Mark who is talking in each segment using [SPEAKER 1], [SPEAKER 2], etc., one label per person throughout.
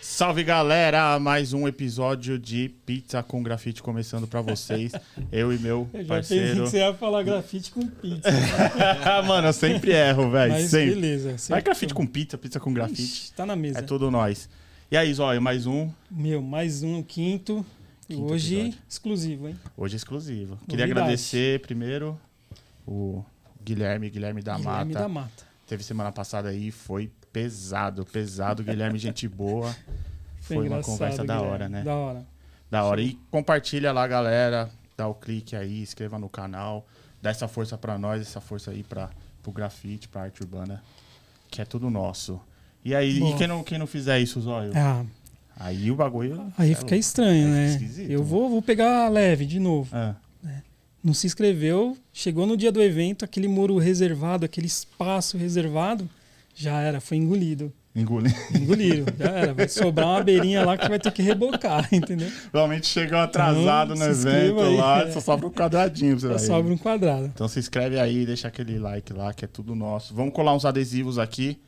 [SPEAKER 1] Salve galera, mais um episódio de Pizza com Grafite começando pra vocês. Eu e meu
[SPEAKER 2] Eu já pensei
[SPEAKER 1] parceiro.
[SPEAKER 2] que você ia falar grafite com pizza.
[SPEAKER 1] Mano, eu sempre erro, velho.
[SPEAKER 2] mas
[SPEAKER 1] Sempre.
[SPEAKER 2] beleza.
[SPEAKER 1] Vai
[SPEAKER 2] sempre
[SPEAKER 1] grafite
[SPEAKER 2] foi.
[SPEAKER 1] com pizza, pizza com grafite.
[SPEAKER 2] Ixi, tá na mesa.
[SPEAKER 1] É tudo nós. E aí, Zóio, mais um.
[SPEAKER 2] Meu, mais um, quinto. E
[SPEAKER 1] Quinto
[SPEAKER 2] hoje,
[SPEAKER 1] episódio.
[SPEAKER 2] exclusivo, hein?
[SPEAKER 1] Hoje é exclusivo. Queria
[SPEAKER 2] Novidade.
[SPEAKER 1] agradecer primeiro o Guilherme, Guilherme da
[SPEAKER 2] Guilherme
[SPEAKER 1] Mata.
[SPEAKER 2] da Mata.
[SPEAKER 1] Teve semana passada aí, foi pesado, pesado. Guilherme, gente boa. Foi uma
[SPEAKER 2] engraçado,
[SPEAKER 1] conversa da
[SPEAKER 2] Guilherme.
[SPEAKER 1] hora, né?
[SPEAKER 2] Da hora.
[SPEAKER 1] Da hora. E compartilha lá, galera. Dá o clique aí, inscreva no canal. Dá essa força pra nós, essa força aí pra, pro grafite, pra arte urbana. Que é tudo nosso. E aí,
[SPEAKER 2] Bom.
[SPEAKER 1] e quem não, quem não fizer isso, Zóio?
[SPEAKER 2] Ah,
[SPEAKER 1] Aí o bagulho.
[SPEAKER 2] aí
[SPEAKER 1] é
[SPEAKER 2] fica
[SPEAKER 1] louco.
[SPEAKER 2] estranho,
[SPEAKER 1] Aí fica
[SPEAKER 2] né?
[SPEAKER 1] esquisito,
[SPEAKER 2] Eu
[SPEAKER 1] mano.
[SPEAKER 2] vou, vou pegar leve de novo.
[SPEAKER 1] Ah,
[SPEAKER 2] Não se inscreveu, chegou no dia do evento, aquele muro reservado, aquele espaço reservado, já era, foi engolido.
[SPEAKER 1] engole.
[SPEAKER 2] Engoliram, já era. Vai sobrar uma beirinha lá que vai ter que rebocar, entendeu?
[SPEAKER 1] Realmente chegou atrasado
[SPEAKER 2] Então,
[SPEAKER 1] no
[SPEAKER 2] se inscreva
[SPEAKER 1] evento
[SPEAKER 2] aí,
[SPEAKER 1] lá,
[SPEAKER 2] é.
[SPEAKER 1] só sobra um quadradinho pra
[SPEAKER 2] Só
[SPEAKER 1] você.
[SPEAKER 2] sobra um quadrado.
[SPEAKER 1] Então se inscreve aí, deixa aquele like lá, que é tudo nosso. Vamos colar uns adesivos aqui.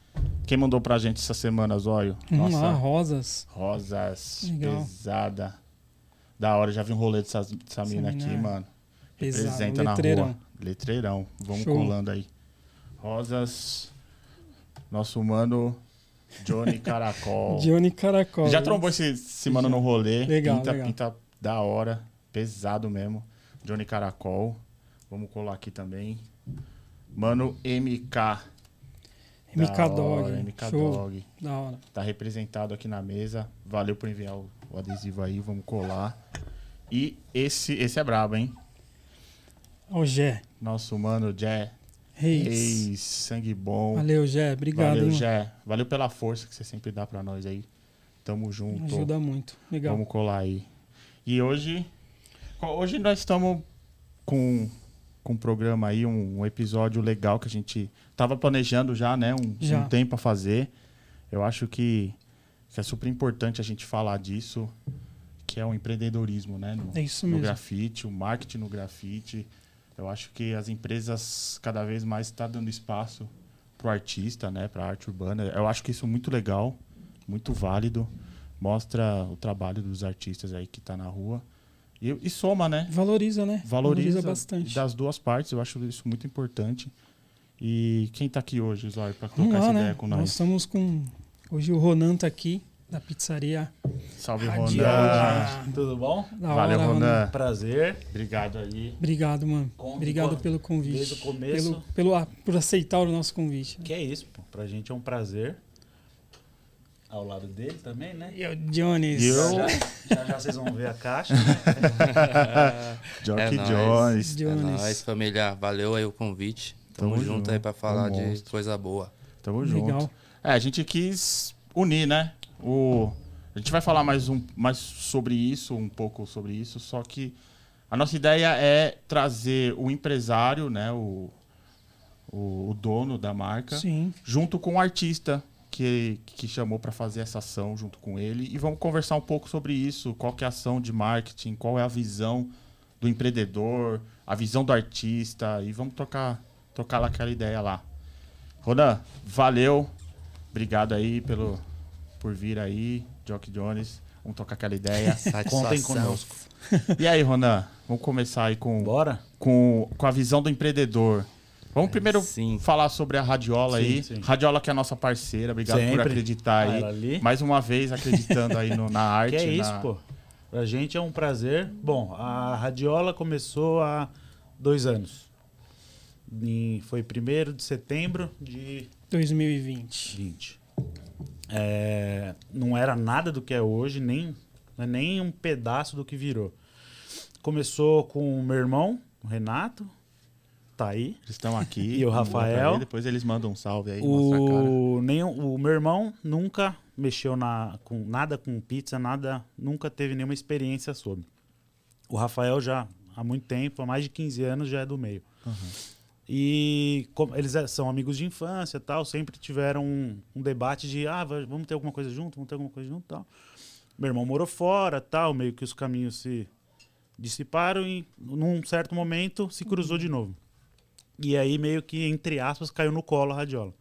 [SPEAKER 1] Quem mandou pra gente essa semana, Zóio?
[SPEAKER 2] Vamos lá, rosas.
[SPEAKER 1] Rosas,
[SPEAKER 2] Legal.
[SPEAKER 1] pesada. Da hora, já vi um rolê dessa, dessa mina
[SPEAKER 2] mina
[SPEAKER 1] aqui,
[SPEAKER 2] é
[SPEAKER 1] mano.
[SPEAKER 2] pesada,
[SPEAKER 1] Representa na
[SPEAKER 2] letreirão.
[SPEAKER 1] rua. Letreirão. Vamos
[SPEAKER 2] Show.
[SPEAKER 1] colando aí. Rosas, nosso mano Johnny Caracol.
[SPEAKER 2] Johnny Caracol.
[SPEAKER 1] já trombou esse, esse mano no rolê.
[SPEAKER 2] Legal,
[SPEAKER 1] pinta,
[SPEAKER 2] legal.
[SPEAKER 1] pinta da hora. Pesado mesmo. Johnny Caracol. Vamos colar aqui também. Mano MK. Da
[SPEAKER 2] MK Dog.
[SPEAKER 1] hora, MK
[SPEAKER 2] Show.
[SPEAKER 1] Dog
[SPEAKER 2] Da hora.
[SPEAKER 1] tá representado aqui na mesa. Valeu por enviar o, o adesivo aí, vamos colar. E esse, esse é brabo, hein?
[SPEAKER 2] Ó, O Gé.
[SPEAKER 1] Nosso mano Jé,
[SPEAKER 2] Reis.
[SPEAKER 1] ex, sangue bom.
[SPEAKER 2] Valeu, Gé. Obrigado,
[SPEAKER 1] Valeu,
[SPEAKER 2] hein?
[SPEAKER 1] Jé. Valeu pela força que você sempre dá pra nós aí. Tamo junto.
[SPEAKER 2] Ajuda muito. Legal.
[SPEAKER 1] Vamos colar aí. E hoje, co- hoje nós estamos com, com um programa aí, um, um episódio legal que a gente tava planejando já, né? Um,
[SPEAKER 2] Já.
[SPEAKER 1] um tempo a fazer. Eu acho que, que é super importante a gente falar disso, que é o empreendedorismo, né? No,
[SPEAKER 2] É isso
[SPEAKER 1] no
[SPEAKER 2] mesmo.
[SPEAKER 1] grafite, o marketing no grafite. Eu acho que as empresas cada vez mais estão dando espaço para o artista, né, para a arte urbana. Eu acho que isso é muito legal, muito válido. Mostra o trabalho dos artistas aí que tá na rua. E, e soma, né?
[SPEAKER 2] Valoriza, né?
[SPEAKER 1] Valoriza,
[SPEAKER 2] bastante.
[SPEAKER 1] das duas partes. Eu acho isso muito importante. E quem tá aqui hoje, Zóio, para
[SPEAKER 2] Vamos
[SPEAKER 1] trocar
[SPEAKER 2] lá,
[SPEAKER 1] essa
[SPEAKER 2] né?
[SPEAKER 1] ideia com
[SPEAKER 2] Nós
[SPEAKER 1] nós?
[SPEAKER 2] estamos com... Hoje o Ronan tá aqui, da pizzaria.
[SPEAKER 1] Salve,
[SPEAKER 2] Radial,
[SPEAKER 1] Ronan.
[SPEAKER 2] Ah.
[SPEAKER 3] Tudo bom?
[SPEAKER 2] Da
[SPEAKER 1] Valeu,
[SPEAKER 2] hora,
[SPEAKER 1] Ronan.
[SPEAKER 3] Prazer.
[SPEAKER 1] É. Obrigado aí.
[SPEAKER 2] Obrigado, mano.
[SPEAKER 3] Com-
[SPEAKER 2] Obrigado
[SPEAKER 3] com-
[SPEAKER 2] pelo convite.
[SPEAKER 3] desde o começo.
[SPEAKER 2] Pelo, pelo, a- por aceitar o nosso convite.
[SPEAKER 3] Que é isso, pô. Pra gente é um prazer. Ao lado dele também, né?
[SPEAKER 2] E o Johnny.
[SPEAKER 1] E eu-
[SPEAKER 3] Já, já, já vocês vão ver a caixa.
[SPEAKER 1] Jock
[SPEAKER 4] É nóis.
[SPEAKER 1] Jones.
[SPEAKER 4] É
[SPEAKER 2] Jones.
[SPEAKER 4] nóis, família. Valeu aí o convite. Tamo,
[SPEAKER 1] Tamo
[SPEAKER 4] junto,
[SPEAKER 1] junto.
[SPEAKER 4] aí pra falar
[SPEAKER 1] Tamo
[SPEAKER 4] de
[SPEAKER 1] monstro.
[SPEAKER 4] coisa boa.
[SPEAKER 1] Tamo junto.
[SPEAKER 2] Legal.
[SPEAKER 1] É, a gente quis unir, né? O... A gente vai falar mais, um, mais sobre isso, um pouco sobre isso, só que a nossa ideia é trazer o empresário, né? O, o, o dono da marca,
[SPEAKER 2] Sim.
[SPEAKER 1] junto com o artista que, que chamou para fazer essa ação junto com ele. E vamos conversar um pouco sobre isso, qual que é a ação de marketing, qual é a visão do empreendedor, a visão do artista, e vamos trocar, trocar lá aquela ideia lá. Ronan, valeu. Obrigado aí pelo, por vir aí, Jock Jones. Vamos trocar aquela ideia.
[SPEAKER 4] Satisfação.
[SPEAKER 3] Contem conosco.
[SPEAKER 1] e aí, Ronan, vamos começar aí com,
[SPEAKER 3] Bora? é
[SPEAKER 1] com, com a visão do empreendedor. Vamos primeiro
[SPEAKER 4] sim.
[SPEAKER 1] falar sobre a Radiola
[SPEAKER 3] Sim,
[SPEAKER 1] aí.
[SPEAKER 3] sim.
[SPEAKER 1] Radiola que é a nossa parceira, obrigado por
[SPEAKER 3] Sempre.
[SPEAKER 1] acreditar aí.
[SPEAKER 3] Ela ali.
[SPEAKER 1] Mais uma vez acreditando aí no- na arte.
[SPEAKER 3] Que é isso,
[SPEAKER 1] na-
[SPEAKER 3] pô. Pra gente é um prazer. Bom, a Radiola começou há dois anos. Em- foi 1 de setembro de
[SPEAKER 2] 2020.
[SPEAKER 3] 20. É, não era nada do que é hoje, nem, não é nem um pedaço do que virou. Começou com o meu irmão, o Renato, tá aí.
[SPEAKER 1] Eles estão aqui.
[SPEAKER 3] E o
[SPEAKER 1] vamos lá pra
[SPEAKER 3] Rafael.
[SPEAKER 1] ver, Depois eles mandam um salve aí, mostra a cara.
[SPEAKER 3] O, nem, o meu irmão nunca mexeu na, com nada com pizza, nada, nunca teve nenhuma experiência sobre. O Rafael já há muito tempo, há mais de 15 anos, já é do meio.
[SPEAKER 1] Uhum.
[SPEAKER 3] E como eles é- são amigos de infância e tal, sempre tiveram um, um debate de ah, va- vamos ter alguma coisa junto, vamos ter alguma coisa junto e tal. Meu irmão morou fora tal, meio que os caminhos se dissiparam e num certo momento se cruzou de novo. E aí meio que, entre aspas, caiu no colo a radiola.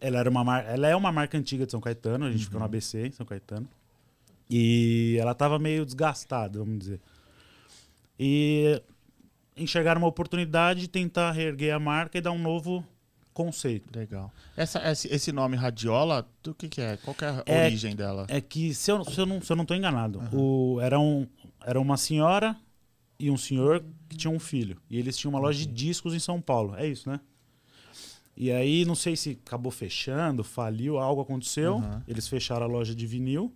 [SPEAKER 3] Ela, era uma mar... ela é uma marca antiga de São Caetano, a gente ficou no ABC em São Caetano. E ela tava meio desgastada, vamos dizer. E enxergaram uma oportunidade de tentar reerguer a marca e dar um novo conceito.
[SPEAKER 1] Legal. Essa, esse, esse nome Radiola, do que, que é? Qual que é a
[SPEAKER 3] É-
[SPEAKER 1] origem dela?
[SPEAKER 3] É que, se eu, se eu, não, se eu não tô enganado, o, era, um, era uma senhora e um senhor que tinham um filho. E eles tinham uma loja de discos em São Paulo. É isso, né? E aí, não sei se acabou fechando, faliu, algo aconteceu.
[SPEAKER 1] Uhum.
[SPEAKER 3] Eles fecharam a loja de vinil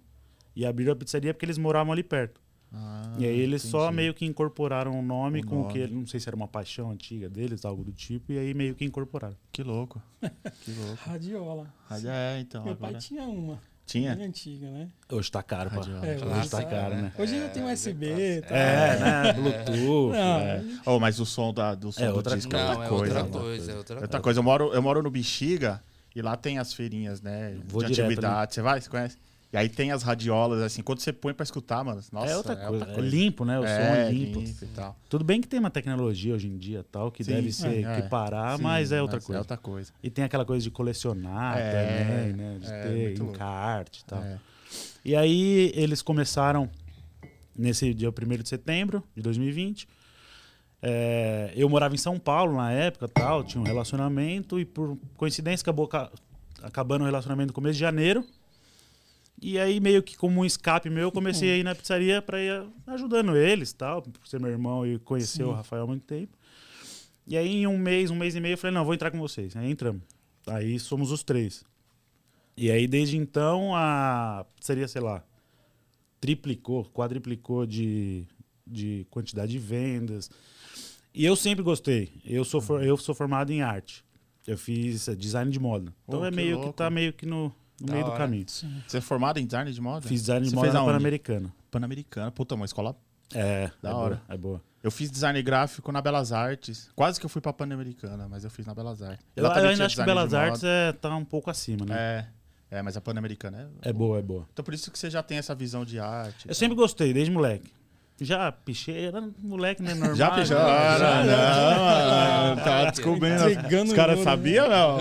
[SPEAKER 3] e abriram a pizzaria porque eles moravam ali perto.
[SPEAKER 1] Ah,
[SPEAKER 3] e aí eles só
[SPEAKER 1] entendi.
[SPEAKER 3] meio que incorporaram o nome
[SPEAKER 1] O
[SPEAKER 3] com o que...
[SPEAKER 1] nome.
[SPEAKER 3] Não sei se era uma paixão antiga deles, algo do tipo. E aí meio que incorporaram.
[SPEAKER 1] Que louco. Que louco.
[SPEAKER 2] Radiola.
[SPEAKER 1] Rádio é, então.
[SPEAKER 2] Meu
[SPEAKER 1] agora-
[SPEAKER 2] pai tinha uma, bem
[SPEAKER 1] Tinha?
[SPEAKER 2] antiga, né?
[SPEAKER 3] Hoje tá caro, pá.
[SPEAKER 1] Radiola.
[SPEAKER 2] É,
[SPEAKER 3] Hoje tá
[SPEAKER 2] hoje-
[SPEAKER 3] caro, né?
[SPEAKER 2] Hoje ainda tem USB, tá?
[SPEAKER 3] É, né? Bluetooth.
[SPEAKER 2] Não,
[SPEAKER 1] É. Oh, mas o som, da, do, som
[SPEAKER 3] É,
[SPEAKER 1] do
[SPEAKER 3] outra-
[SPEAKER 1] disco é
[SPEAKER 4] Não,
[SPEAKER 1] outra
[SPEAKER 4] é
[SPEAKER 1] coisa.
[SPEAKER 4] outra
[SPEAKER 1] mano.
[SPEAKER 4] coisa, é outra
[SPEAKER 1] É outra
[SPEAKER 4] coisa.
[SPEAKER 1] coisa. Eu moro, eu moro no Bexiga e lá tem as feirinhas, né?
[SPEAKER 3] Vou
[SPEAKER 1] de
[SPEAKER 3] direto,
[SPEAKER 1] atividade. Você vai? Você conhece? E aí tem as radiolas, assim, quando você põe pra escutar, mano. Nossa,
[SPEAKER 3] é outra coisa. É limpo, né? O som
[SPEAKER 1] É,
[SPEAKER 3] é limpo.
[SPEAKER 1] limpo e tal.
[SPEAKER 3] Tudo bem que tem uma tecnologia hoje em dia tal, que
[SPEAKER 1] Sim,
[SPEAKER 3] deve
[SPEAKER 1] sim,
[SPEAKER 3] ser
[SPEAKER 1] é.
[SPEAKER 3] que parar,
[SPEAKER 1] Sim,
[SPEAKER 3] mas é outra coisa.
[SPEAKER 1] É outra coisa.
[SPEAKER 3] E tem aquela coisa de colecionar
[SPEAKER 1] É,
[SPEAKER 3] também, né? De
[SPEAKER 1] é,
[SPEAKER 3] ter
[SPEAKER 1] muito louco.
[SPEAKER 3] encarte e tal.
[SPEAKER 1] É.
[SPEAKER 3] E aí eles começaram nesse dia 1 de setembro de 2020. É, eu morava em São Paulo na época tal, tinha um relacionamento e por coincidência acabou ca- acabando o relacionamento no começo de janeiro. E aí meio que como um escape meu, eu comecei a ir na pizzaria para ir eh, ajudando eles tal, por ser meu irmão e conhecer o Rafael há muito tempo. E aí em um mês, um mês e meio eu falei, não, vou entrar com vocês. Aí entramos. Aí somos os três. E aí, desde então, a seria, sei lá, triplicou, quadriplicou de, de quantidade de vendas. E eu sempre gostei. Eu sou, for- eu sou formado em arte. Eu fiz eh, design de moda. Então
[SPEAKER 1] Oh,
[SPEAKER 3] é
[SPEAKER 1] que
[SPEAKER 3] meio
[SPEAKER 1] louco.
[SPEAKER 3] que tá meio que no, no
[SPEAKER 4] Da
[SPEAKER 3] meio do
[SPEAKER 4] hora.
[SPEAKER 3] caminho.
[SPEAKER 1] Você é formado em design de moda?
[SPEAKER 3] Fiz design de
[SPEAKER 1] Você
[SPEAKER 3] moda
[SPEAKER 1] fez
[SPEAKER 3] na
[SPEAKER 1] aonde?
[SPEAKER 3] Pan-Americana.
[SPEAKER 1] Pan-Americana. Puta, uma escola.
[SPEAKER 3] É,
[SPEAKER 1] Da
[SPEAKER 3] é
[SPEAKER 1] hora.
[SPEAKER 3] Boa, é boa.
[SPEAKER 1] Eu fiz design gráfico na Belas Artes. Quase que eu fui pra Pan-Americana, mas eu fiz na Belas Artes.
[SPEAKER 3] Eu, eu
[SPEAKER 1] Ela também
[SPEAKER 3] ainda
[SPEAKER 1] tinha
[SPEAKER 3] acho que
[SPEAKER 1] design de
[SPEAKER 3] Belas
[SPEAKER 1] moda.
[SPEAKER 3] Artes é, tá um pouco acima, né?
[SPEAKER 1] É, é, mas a Pan-Americana é.
[SPEAKER 3] É, boa, é boa.
[SPEAKER 1] Então por isso que você já tem essa visão de arte.
[SPEAKER 3] Eu sempre gostei, desde moleque. Já pichei, era moleque, né? Normal.
[SPEAKER 1] Já Tá. fechou?
[SPEAKER 3] né?
[SPEAKER 1] Ah, não, não,
[SPEAKER 3] tá
[SPEAKER 1] não. Tava descobrindo.
[SPEAKER 2] Entregando
[SPEAKER 1] Os caras
[SPEAKER 2] ouro, né?
[SPEAKER 1] sabiam, não?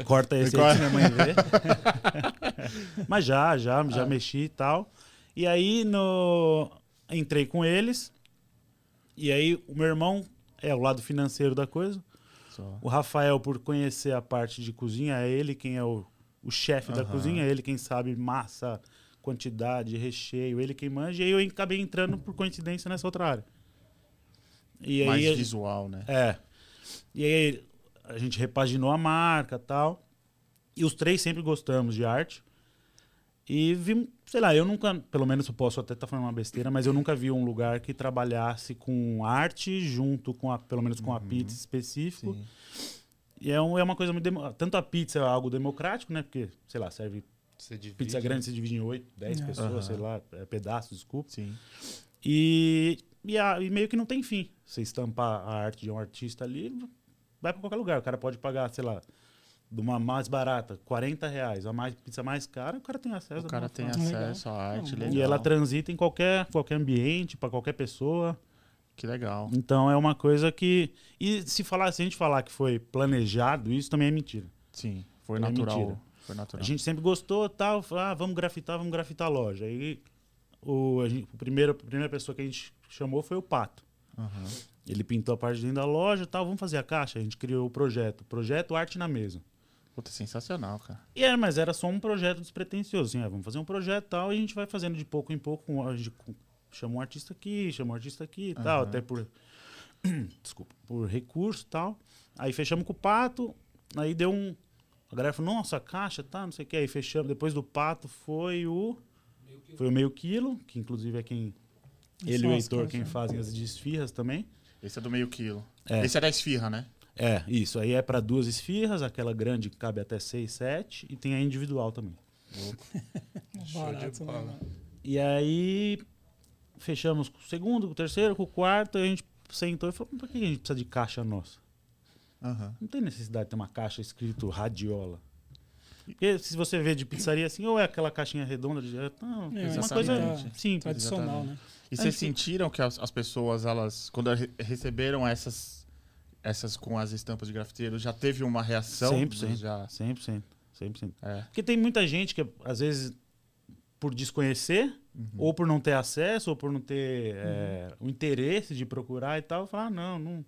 [SPEAKER 3] É, corta esse aí
[SPEAKER 1] Corta.
[SPEAKER 3] pra minha mãe ver. Mas já, já, já mexi e tal. E aí no... entrei com eles. E aí o meu irmão é o lado financeiro da coisa.
[SPEAKER 1] Só.
[SPEAKER 3] O Rafael, por conhecer a parte de cozinha, é ele quem é o, o chefe da
[SPEAKER 1] Aham.
[SPEAKER 3] cozinha, é ele quem sabe massa, quantidade, recheio, ele quem manja. E aí eu acabei entrando por coincidência nessa outra área. E
[SPEAKER 1] Mais
[SPEAKER 3] aí,
[SPEAKER 1] visual, né?
[SPEAKER 3] é. E aí a gente repaginou a marca tal. E os três sempre gostamos de arte. E vi, sei lá, eu nunca, pelo menos eu posso até estar falando uma besteira, mas eu nunca vi um lugar que trabalhasse com arte junto com a, pelo menos com
[SPEAKER 1] Uhum.
[SPEAKER 3] a pizza específico.
[SPEAKER 1] Sim.
[SPEAKER 3] E é, um- é uma coisa muito. demo- Tanto a pizza é algo democrático, né? Porque, sei lá, serve
[SPEAKER 4] Você divide,
[SPEAKER 3] pizza
[SPEAKER 4] né?
[SPEAKER 3] grande, se divide em 8, 10
[SPEAKER 2] Aham.
[SPEAKER 3] pessoas, sei lá, é, pedaços, desculpa.
[SPEAKER 1] Sim.
[SPEAKER 3] E, e, a- e meio que não tem fim. Você estampar a arte de um artista ali, vai pra qualquer lugar. O cara pode pagar, sei lá, de uma mais barata, 40 reais, a mais, pizza mais cara, o cara tem acesso.
[SPEAKER 1] O
[SPEAKER 3] da
[SPEAKER 1] cara tem
[SPEAKER 3] mesma forma.
[SPEAKER 2] Legal.
[SPEAKER 1] acesso à arte,
[SPEAKER 2] Não,
[SPEAKER 1] legal.
[SPEAKER 3] E ela transita em qualquer, qualquer ambiente, pra qualquer pessoa.
[SPEAKER 1] Que legal.
[SPEAKER 3] Então é uma coisa que. E se, falar, se a gente falar que foi planejado, isso também é mentira.
[SPEAKER 1] Sim, foi
[SPEAKER 3] É
[SPEAKER 1] natural.
[SPEAKER 3] mentira.
[SPEAKER 1] Foi natural.
[SPEAKER 3] A gente sempre gostou tal, falou, ah, vamos grafitar, vamos grafitar a loja. Aí o, a, gente, o primeiro, a primeira pessoa que a gente chamou foi o Pato.
[SPEAKER 1] Aham.
[SPEAKER 3] Ele pintou a parte de dentro da loja e tal, vamos fazer a caixa. A gente criou o projeto, projeto Arte na Mesa.
[SPEAKER 1] Puta, sensacional, cara.
[SPEAKER 3] E era, mas era só um projeto despretensioso, assim, ah, vamos fazer um projeto e tal, e a gente vai fazendo de pouco em pouco, com- a gente com- chama um artista aqui, chama um artista aqui e tal,
[SPEAKER 1] Aham.
[SPEAKER 3] até por, desculpa, por recurso e tal. Aí fechamos com o Pato, aí deu um, a galera falou, nossa, a caixa, tá, não sei o que, aí fechamos, depois do Pato foi o, foi o meio quilo, que inclusive é quem, ele e
[SPEAKER 2] são
[SPEAKER 3] o
[SPEAKER 2] as
[SPEAKER 3] Heitor,
[SPEAKER 2] caixas,
[SPEAKER 3] quem
[SPEAKER 2] né?
[SPEAKER 3] fazem as desfirras também.
[SPEAKER 1] Esse é do meio quilo.
[SPEAKER 3] É.
[SPEAKER 1] Esse é da esfirra, né?
[SPEAKER 3] É, isso. Aí é para duas esfirras, aquela grande que cabe até 6, 7, e tem a individual também.
[SPEAKER 4] Show de
[SPEAKER 2] Barato, né,
[SPEAKER 4] bola.
[SPEAKER 2] mano?
[SPEAKER 3] E aí fechamos com o segundo, com o terceiro, com o quarto, e a gente sentou e falou: por que a gente precisa de caixa nossa?
[SPEAKER 1] Aham.
[SPEAKER 3] Não tem necessidade de ter uma caixa escrito radiola. Porque se você vê de pizzaria assim, ou é aquela caixinha redonda de. Não,
[SPEAKER 2] É,
[SPEAKER 3] é uma
[SPEAKER 1] exatamente.
[SPEAKER 3] coisa simples.
[SPEAKER 2] Um Tradicional, né?
[SPEAKER 1] E vocês sentiram que as, as pessoas, elas, quando re- receberam essas essas com as estampas de grafiteiro, já teve uma reação?
[SPEAKER 3] 100%.
[SPEAKER 1] Já,
[SPEAKER 3] 100%. 100%.
[SPEAKER 1] é.
[SPEAKER 3] Porque tem muita gente que, às vezes, por desconhecer, ou por não ter acesso, ou por não ter é, o interesse de procurar e tal, fala, ah, não, não,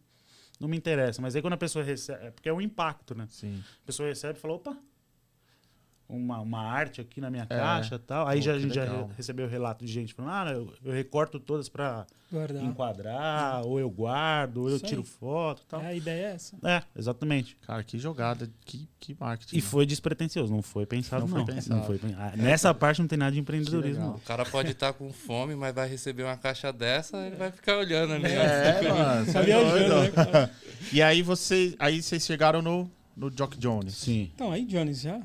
[SPEAKER 3] não me interessa. Mas aí quando a pessoa recebe... é Porque é um impacto, né?
[SPEAKER 1] Sim.
[SPEAKER 3] A pessoa recebe e fala, opa, uma, uma arte aqui na minha caixa e tal. Aí
[SPEAKER 1] Pô,
[SPEAKER 3] já, a
[SPEAKER 1] que
[SPEAKER 3] gente já
[SPEAKER 1] legal.
[SPEAKER 3] re- recebeu relato de gente falando, ah, eu, eu recorto todas para
[SPEAKER 2] Guardar.
[SPEAKER 3] enquadrar, ou eu guardo, ou
[SPEAKER 2] Tá.
[SPEAKER 3] eu
[SPEAKER 2] Isso aí.
[SPEAKER 3] tiro foto e tal.
[SPEAKER 4] então.
[SPEAKER 2] É,
[SPEAKER 3] É.
[SPEAKER 2] a ideia é essa.
[SPEAKER 3] exatamente.
[SPEAKER 1] Cara, que jogada, que, que marketing.
[SPEAKER 3] E
[SPEAKER 1] né?
[SPEAKER 3] foi despretensioso, não foi pensado,
[SPEAKER 1] Não
[SPEAKER 3] não.
[SPEAKER 1] foi pensado.
[SPEAKER 3] Não foi pen- Ah, Nessa parte não tem nada de empreendedorismo,
[SPEAKER 1] legal.
[SPEAKER 3] não.
[SPEAKER 4] O cara pode estar com fome, mas vai receber uma caixa dessa, ele vai ficar olhando ali.
[SPEAKER 1] É, mano. você
[SPEAKER 2] Tá
[SPEAKER 1] é
[SPEAKER 2] viajando, né?
[SPEAKER 1] doido.
[SPEAKER 2] cara?
[SPEAKER 1] E aí vocês, aí vocês chegaram no, no Jock Jones.
[SPEAKER 3] Sim.
[SPEAKER 2] Então, aí, Jones, já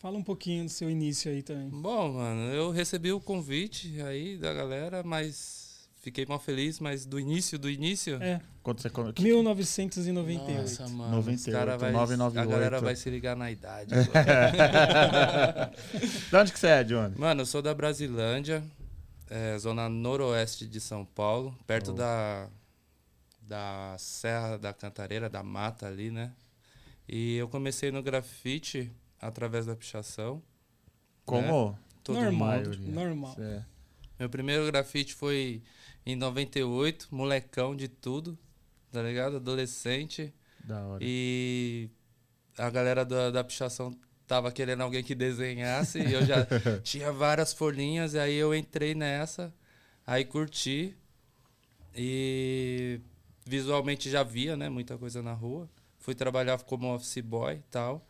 [SPEAKER 2] fala um pouquinho do seu início aí também.
[SPEAKER 4] Bom, mano, eu recebi o convite aí da galera, mas fiquei mal feliz, mas do início, do início.
[SPEAKER 2] É,
[SPEAKER 1] Quando você come... que-
[SPEAKER 2] 1998.
[SPEAKER 4] Nossa, mano,
[SPEAKER 1] 98,
[SPEAKER 4] os cara vai, a
[SPEAKER 1] 998.
[SPEAKER 4] galera vai se ligar na idade. agora.
[SPEAKER 1] De onde que você é, Johnny?
[SPEAKER 4] mano, eu sou da Brasilândia, é, zona noroeste de São Paulo, perto
[SPEAKER 1] Oh.
[SPEAKER 4] da, da Serra da Cantareira, da mata ali, né? E eu comecei no grafite através da pichação.
[SPEAKER 1] Como?
[SPEAKER 4] Todo
[SPEAKER 2] normal,
[SPEAKER 1] maioria.
[SPEAKER 2] normal.
[SPEAKER 1] Você é-
[SPEAKER 4] Meu primeiro grafite foi em 98, molecão de tudo, tá ligado? Adolescente.
[SPEAKER 1] Da hora.
[SPEAKER 4] E a galera da, da pichação tava querendo alguém que desenhasse e eu já tinha várias folhinhas, e aí eu entrei nessa, aí curti e visualmente já via, né, muita coisa na rua. Fui trabalhar como office boy e tal.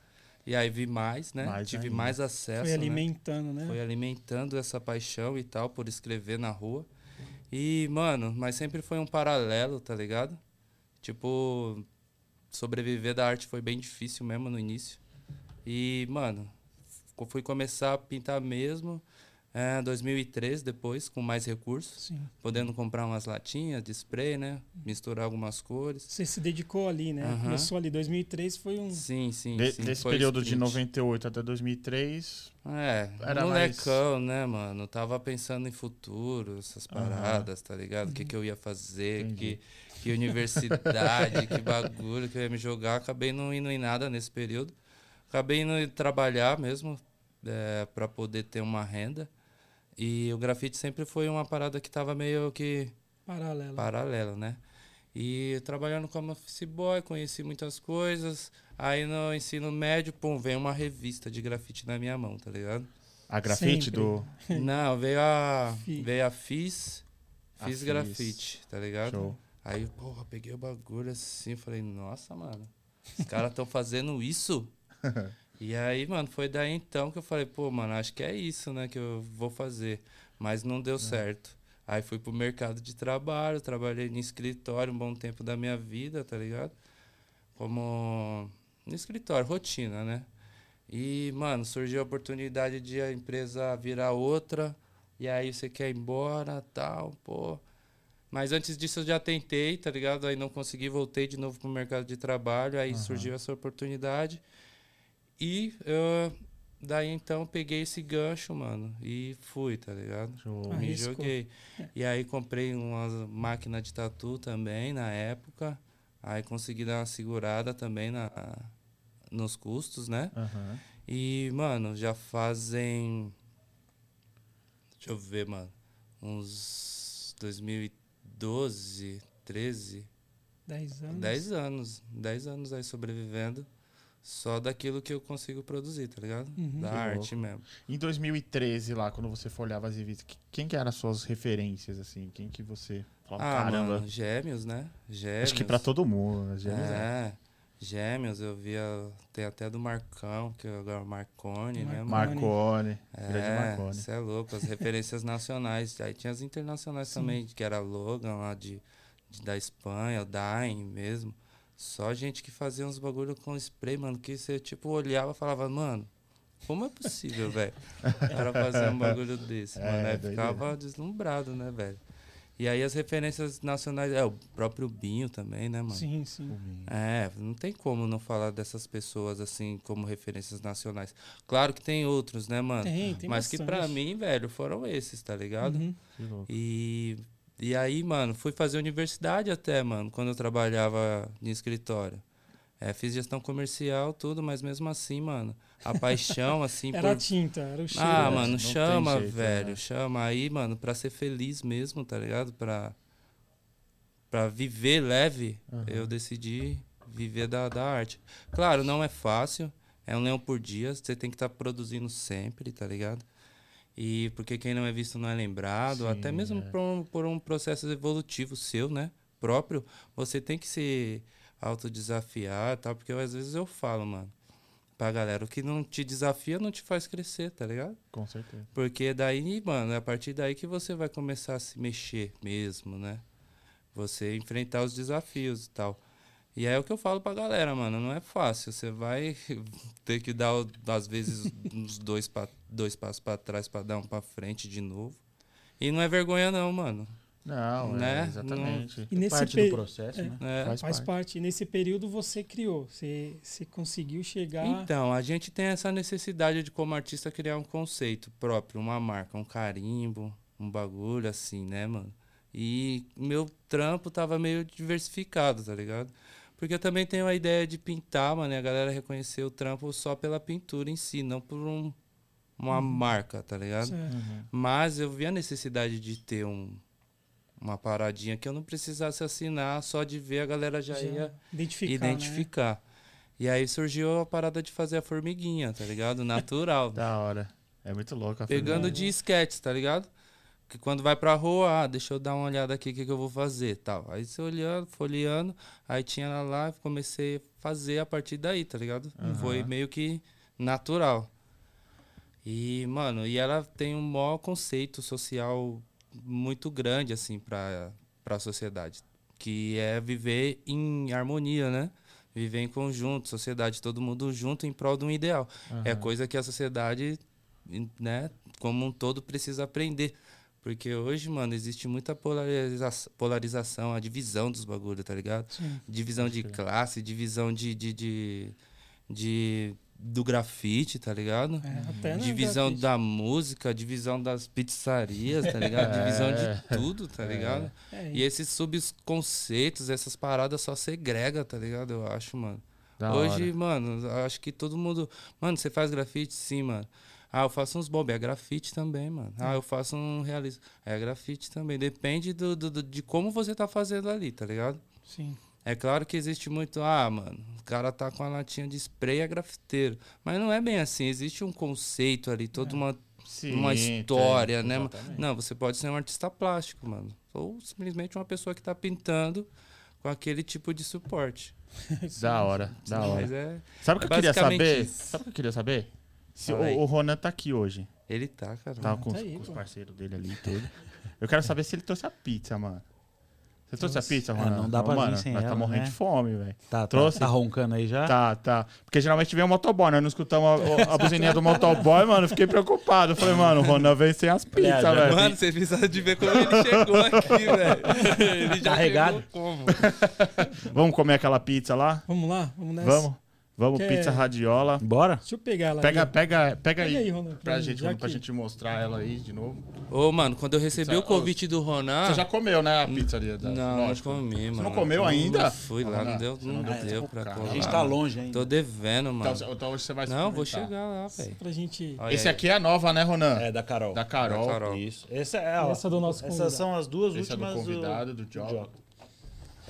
[SPEAKER 4] E aí vi mais, né?
[SPEAKER 1] Mais
[SPEAKER 4] Tive
[SPEAKER 1] ainda.
[SPEAKER 4] mais acesso,
[SPEAKER 2] Foi
[SPEAKER 4] né?
[SPEAKER 2] alimentando, né?
[SPEAKER 1] É.
[SPEAKER 4] Foi alimentando essa paixão e tal por escrever na rua. E, mano, mas sempre foi um paralelo, tá ligado? Tipo, sobreviver da arte foi bem difícil mesmo no início. E, mano, co- fui começar a pintar mesmo é, em 2003, depois, com mais recursos,
[SPEAKER 2] Sim.
[SPEAKER 4] podendo comprar umas latinhas de spray, né? Misturar algumas cores.
[SPEAKER 2] Você se dedicou ali, né?
[SPEAKER 4] Aham.
[SPEAKER 2] Começou ali. 2003 foi um.
[SPEAKER 4] Sim, sim,
[SPEAKER 1] De-
[SPEAKER 4] sim.
[SPEAKER 1] desse
[SPEAKER 4] foi
[SPEAKER 1] período de
[SPEAKER 4] sprint.
[SPEAKER 1] 98 até 2003,
[SPEAKER 4] É,
[SPEAKER 1] Era
[SPEAKER 4] molecão, né, mano? Tava pensando em futuro, essas
[SPEAKER 1] Aham. Uhum.
[SPEAKER 4] paradas, tá ligado? O que, que eu ia fazer,
[SPEAKER 1] Entendi.
[SPEAKER 4] que, que universidade, que bagulho que eu ia me jogar. Acabei não indo em nada nesse período. Acabei indo trabalhar mesmo é, para poder ter uma renda. E o grafite sempre foi uma parada que tava meio que
[SPEAKER 2] Paralelo.
[SPEAKER 4] paralelo, né? E trabalhando como office boy, conheci muitas coisas. Aí no ensino médio, pum, vem uma revista de grafite na minha mão, tá ligado?
[SPEAKER 1] a grafite
[SPEAKER 2] Sempre.
[SPEAKER 1] do...
[SPEAKER 4] Não, veio a.
[SPEAKER 2] Fi.
[SPEAKER 4] Veio a FIS.
[SPEAKER 1] A
[SPEAKER 4] Fiz
[SPEAKER 1] Fis.
[SPEAKER 4] grafite, tá ligado?
[SPEAKER 1] Show.
[SPEAKER 4] Aí, porra, peguei o bagulho assim, falei, nossa, mano, os caras estão fazendo isso? e aí, mano, foi daí então que eu falei, pô, mano, acho que é isso, né, que eu vou fazer. Mas não
[SPEAKER 1] É.
[SPEAKER 4] deu certo. Aí fui pro mercado de trabalho, trabalhei em escritório um bom tempo da minha vida, tá ligado? Como. No escritório, rotina, né? E, mano, surgiu a oportunidade de a empresa virar outra, e aí você quer ir embora, tal, pô. Mas antes disso eu já tentei, tá ligado? Aí não consegui, voltei de novo pro mercado de trabalho, aí surgiu essa oportunidade. E ah, daí então peguei esse gancho, mano, e fui, tá ligado?
[SPEAKER 1] Show.
[SPEAKER 2] Ah,
[SPEAKER 4] Me
[SPEAKER 2] Arriscou.
[SPEAKER 4] joguei. E aí comprei uma máquina de tatu também na época. Aí consegui dar uma segurada também na, nos custos, né?
[SPEAKER 1] Aham.
[SPEAKER 4] E, mano, já fazem. Deixa eu ver, mano. Uns 2012, 13,
[SPEAKER 2] 10 anos.
[SPEAKER 4] 10 anos. 10 anos aí sobrevivendo só daquilo que eu consigo produzir, tá ligado?
[SPEAKER 2] Uhum.
[SPEAKER 4] Da
[SPEAKER 1] Que
[SPEAKER 4] arte mesmo.
[SPEAKER 1] Em 2013 lá, quando você for olhar as revistas, que- quem que eram as suas referências, assim? Quem que você... falava,
[SPEAKER 4] Ah,
[SPEAKER 1] Caramba.
[SPEAKER 4] mano, gêmeos, né? Gêmeos.
[SPEAKER 1] Acho que pra todo mundo, né? Gêmeos, né?
[SPEAKER 4] É. Gêmeos, eu via. Tem até do Marcão, que agora é o Marconi, né, mano?
[SPEAKER 1] Marcone. Grande
[SPEAKER 4] É,
[SPEAKER 1] Marcone.
[SPEAKER 4] você é louco, as referências nacionais. Aí tinha as internacionais também, que era Logan lá de, de- da Espanha, Dain mesmo. Só gente que fazia uns bagulho com spray, mano, que você tipo olhava e falava, mano, como é possível, velho? O cara fazer um bagulho desse,
[SPEAKER 1] É,
[SPEAKER 4] mano. Aí
[SPEAKER 1] doideira.
[SPEAKER 4] ficava deslumbrado, né, velho? E aí as referências nacionais, é o próprio Binho também, né, mano?
[SPEAKER 2] Sim, sim.
[SPEAKER 4] É, não tem como não falar dessas pessoas assim como referências nacionais. Claro que tem outros, né, mano?
[SPEAKER 2] Tem, tem
[SPEAKER 4] Mas que pra
[SPEAKER 2] bastante.
[SPEAKER 4] mim, velho, foram esses, tá ligado?
[SPEAKER 2] Uhum.
[SPEAKER 1] Que louco.
[SPEAKER 4] E E aí, mano, fui fazer universidade até, mano, quando eu trabalhava em escritório. É, fiz gestão comercial, tudo, mas mesmo assim, mano, a paixão, assim,
[SPEAKER 2] Era a
[SPEAKER 4] por.
[SPEAKER 2] tinta, era o cheiro.
[SPEAKER 4] Ah,
[SPEAKER 1] né?
[SPEAKER 4] mano,
[SPEAKER 1] Não tem
[SPEAKER 4] chama,
[SPEAKER 1] jeito,
[SPEAKER 4] velho,
[SPEAKER 1] né?
[SPEAKER 4] chama. Aí, mano, pra ser feliz mesmo, tá ligado? Pra, pra viver leve, eu decidi viver da, da arte. Claro, não é fácil, é um leão por dia, você tem que estar produzindo sempre, tá ligado? E porque quem não é visto não é lembrado,
[SPEAKER 1] Sim,
[SPEAKER 4] até mesmo
[SPEAKER 1] é.
[SPEAKER 4] por, um, por um processo evolutivo seu, né? Próprio, você tem que se autodesafiar, tá? Porque eu, às vezes eu falo, mano, pra galera, o que não te desafia não te faz crescer, tá ligado?
[SPEAKER 1] Com certeza.
[SPEAKER 4] Porque daí, mano, é a partir daí que você vai começar a se mexer mesmo, né? Você enfrentar os desafios e tal. E aí é o que eu falo pra galera, mano, não é fácil. Você vai ter que dar, o- às vezes, uns dois, pa- dois passos pra trás pra dar um pra frente de novo. E não é vergonha, não, mano.
[SPEAKER 1] Não, é,
[SPEAKER 4] Né?
[SPEAKER 1] exatamente.
[SPEAKER 2] E nesse
[SPEAKER 3] parte
[SPEAKER 2] pe-
[SPEAKER 3] do processo,
[SPEAKER 2] é.
[SPEAKER 3] né?
[SPEAKER 4] É.
[SPEAKER 1] Faz,
[SPEAKER 2] Faz
[SPEAKER 1] parte.
[SPEAKER 2] parte. E nesse período você criou, você, você conseguiu chegar.
[SPEAKER 4] Então, a gente tem essa necessidade de, como artista, criar um conceito próprio, uma marca, um carimbo, um bagulho assim, né, mano? E meu trampo tava meio diversificado, tá ligado? Porque eu também tenho a ideia de pintar, mano, e a galera reconhecer o trampo só pela pintura em si, não por um- uma marca, tá ligado?
[SPEAKER 2] certo.
[SPEAKER 1] Uhum.
[SPEAKER 4] Mas eu vi a necessidade de ter um, uma paradinha que eu não precisasse assinar, só de ver a galera já.
[SPEAKER 2] Já
[SPEAKER 4] ia
[SPEAKER 2] identificar. Né?
[SPEAKER 4] identificar. E aí surgiu a parada de fazer a formiguinha, tá ligado? Natural.
[SPEAKER 1] Da hora. É muito louco a
[SPEAKER 4] Pegando
[SPEAKER 1] família.
[SPEAKER 4] de esquete, tá ligado? Que quando vai pra rua, ah, deixa eu dar uma olhada aqui, o que, que eu vou fazer, tal. Aí você olhando, folheando, aí tinha ela lá, comecei a fazer a partir daí, tá ligado?
[SPEAKER 1] Aham.
[SPEAKER 4] Foi meio que natural. E, mano, e ela tem um maior conceito social muito grande, assim, pra, pra sociedade. Que é viver em harmonia, né? Viver em conjunto, sociedade, todo mundo junto em prol de um ideal. É
[SPEAKER 1] Aham.
[SPEAKER 4] coisa que a sociedade, né, como um todo, precisa aprender. Porque hoje, mano, existe muita polariza polarização, a divisão dos bagulhos, tá ligado?
[SPEAKER 2] Sim.
[SPEAKER 4] Divisão de
[SPEAKER 1] crer.
[SPEAKER 4] classe, divisão de, de, de, de- do grafite, tá ligado?
[SPEAKER 2] É, até na
[SPEAKER 4] divisão
[SPEAKER 2] grafite.
[SPEAKER 4] da música, divisão das pizzarias, tá ligado? Divisão
[SPEAKER 1] É.
[SPEAKER 4] de tudo, tá
[SPEAKER 1] É.
[SPEAKER 4] ligado?
[SPEAKER 2] É,
[SPEAKER 4] E esses subconceitos, essas paradas só segrega, tá ligado? Eu acho, mano.
[SPEAKER 1] Da
[SPEAKER 4] Hoje, mano, acho que todo mundo. Mano, você faz grafite? Sim, mano. Ah, eu faço uns bob, é grafite também, mano. Ah, eu faço um realismo. É grafite também. Depende do, do- do- de como você tá fazendo ali, tá ligado?
[SPEAKER 2] Sim.
[SPEAKER 4] É claro que existe muito. Ah, mano, o cara tá com a latinha de spray, é grafiteiro. Mas não é bem assim. Existe um conceito ali, toda uma
[SPEAKER 1] hora. É. Sim,
[SPEAKER 4] uma história,
[SPEAKER 1] tem,
[SPEAKER 4] né, mano?
[SPEAKER 1] exatamente.
[SPEAKER 4] Não, você pode ser um artista plástico, mano. Ou simplesmente uma pessoa que tá pintando com aquele tipo de suporte.
[SPEAKER 1] Da hora, da
[SPEAKER 4] Mas
[SPEAKER 1] hora.
[SPEAKER 4] é.
[SPEAKER 1] Sabe o que eu queria
[SPEAKER 4] basicamente
[SPEAKER 1] saber?
[SPEAKER 4] isso.
[SPEAKER 1] Sabe o que eu queria saber? Se
[SPEAKER 4] Fala aí.
[SPEAKER 1] o, o Ronan tá aqui hoje.
[SPEAKER 4] Ele tá, cara.
[SPEAKER 1] Tá com,
[SPEAKER 2] tá
[SPEAKER 1] os-
[SPEAKER 2] aí,
[SPEAKER 1] com os
[SPEAKER 2] pô.
[SPEAKER 1] parceiros dele ali e tudo. Eu quero saber se ele trouxe a pizza, mano. Você trouxe a pizza,
[SPEAKER 3] Ah,
[SPEAKER 1] Ronan?
[SPEAKER 3] não dá pra vir
[SPEAKER 1] mano,
[SPEAKER 3] sem
[SPEAKER 1] nós
[SPEAKER 3] ela,
[SPEAKER 1] tá morrendo
[SPEAKER 3] né?
[SPEAKER 1] de fome, velho.
[SPEAKER 3] Tá, tá,
[SPEAKER 1] Trouxe?
[SPEAKER 3] tá roncando aí já?
[SPEAKER 1] Tá, tá. Porque geralmente vem o motoboy, nós não escutamos a, a buzininha do motoboy, mano. Fiquei preocupado. Eu Falei, mano, o Ronan vem sem as pizzas,
[SPEAKER 3] Aliás,
[SPEAKER 1] velho.
[SPEAKER 4] Mano, vocês precisaram de ver como ele chegou aqui, velho. Ele já
[SPEAKER 3] Carregado?
[SPEAKER 4] chegou como?
[SPEAKER 1] Vamos comer aquela pizza lá?
[SPEAKER 2] Vamos lá? Vamos nessa?
[SPEAKER 1] Vamos? Vamos,
[SPEAKER 2] Quer-
[SPEAKER 1] pizza radiola.
[SPEAKER 3] Bora?
[SPEAKER 2] Deixa eu pegar ela.
[SPEAKER 1] Pega,
[SPEAKER 2] ali.
[SPEAKER 1] pega, pega
[SPEAKER 2] Pega aí,
[SPEAKER 1] aí.
[SPEAKER 2] Ronan.
[SPEAKER 1] Pra
[SPEAKER 2] mim,
[SPEAKER 1] gente,
[SPEAKER 2] já
[SPEAKER 1] Ronan, pra
[SPEAKER 2] que-
[SPEAKER 1] gente mostrar ela aí de novo.
[SPEAKER 4] Ô, mano, quando eu recebi
[SPEAKER 1] Pizza-
[SPEAKER 4] o convite do Ronan.
[SPEAKER 1] Você já comeu, né, a pizza ali? da-
[SPEAKER 4] Ah. Não, não
[SPEAKER 1] lógico.
[SPEAKER 4] comi, mano.
[SPEAKER 1] Você não comeu ainda?
[SPEAKER 4] Não fui lá,
[SPEAKER 1] Ronan,
[SPEAKER 4] não deu,
[SPEAKER 1] você não
[SPEAKER 4] não
[SPEAKER 1] deu
[SPEAKER 4] deu
[SPEAKER 1] tempo,
[SPEAKER 4] pra
[SPEAKER 1] cara.
[SPEAKER 4] colar.
[SPEAKER 1] A gente tá
[SPEAKER 4] mano.
[SPEAKER 3] longe
[SPEAKER 4] Tô devendo, mano.
[SPEAKER 1] Então, então hoje você vai
[SPEAKER 4] Não, vou
[SPEAKER 1] experimentar.
[SPEAKER 4] chegar lá, velho.
[SPEAKER 2] Pra gente.
[SPEAKER 4] Olha
[SPEAKER 1] Esse
[SPEAKER 4] aí.
[SPEAKER 1] aqui é a nova, né, Ronan?
[SPEAKER 3] É, da Carol.
[SPEAKER 1] Da Carol.
[SPEAKER 4] Da Carol.
[SPEAKER 3] Isso. Essa é ela.
[SPEAKER 2] Essa do nosso
[SPEAKER 3] Essas
[SPEAKER 2] convidado.
[SPEAKER 3] são as duas
[SPEAKER 1] Esse é do
[SPEAKER 3] últimas.
[SPEAKER 1] convidado, do Job.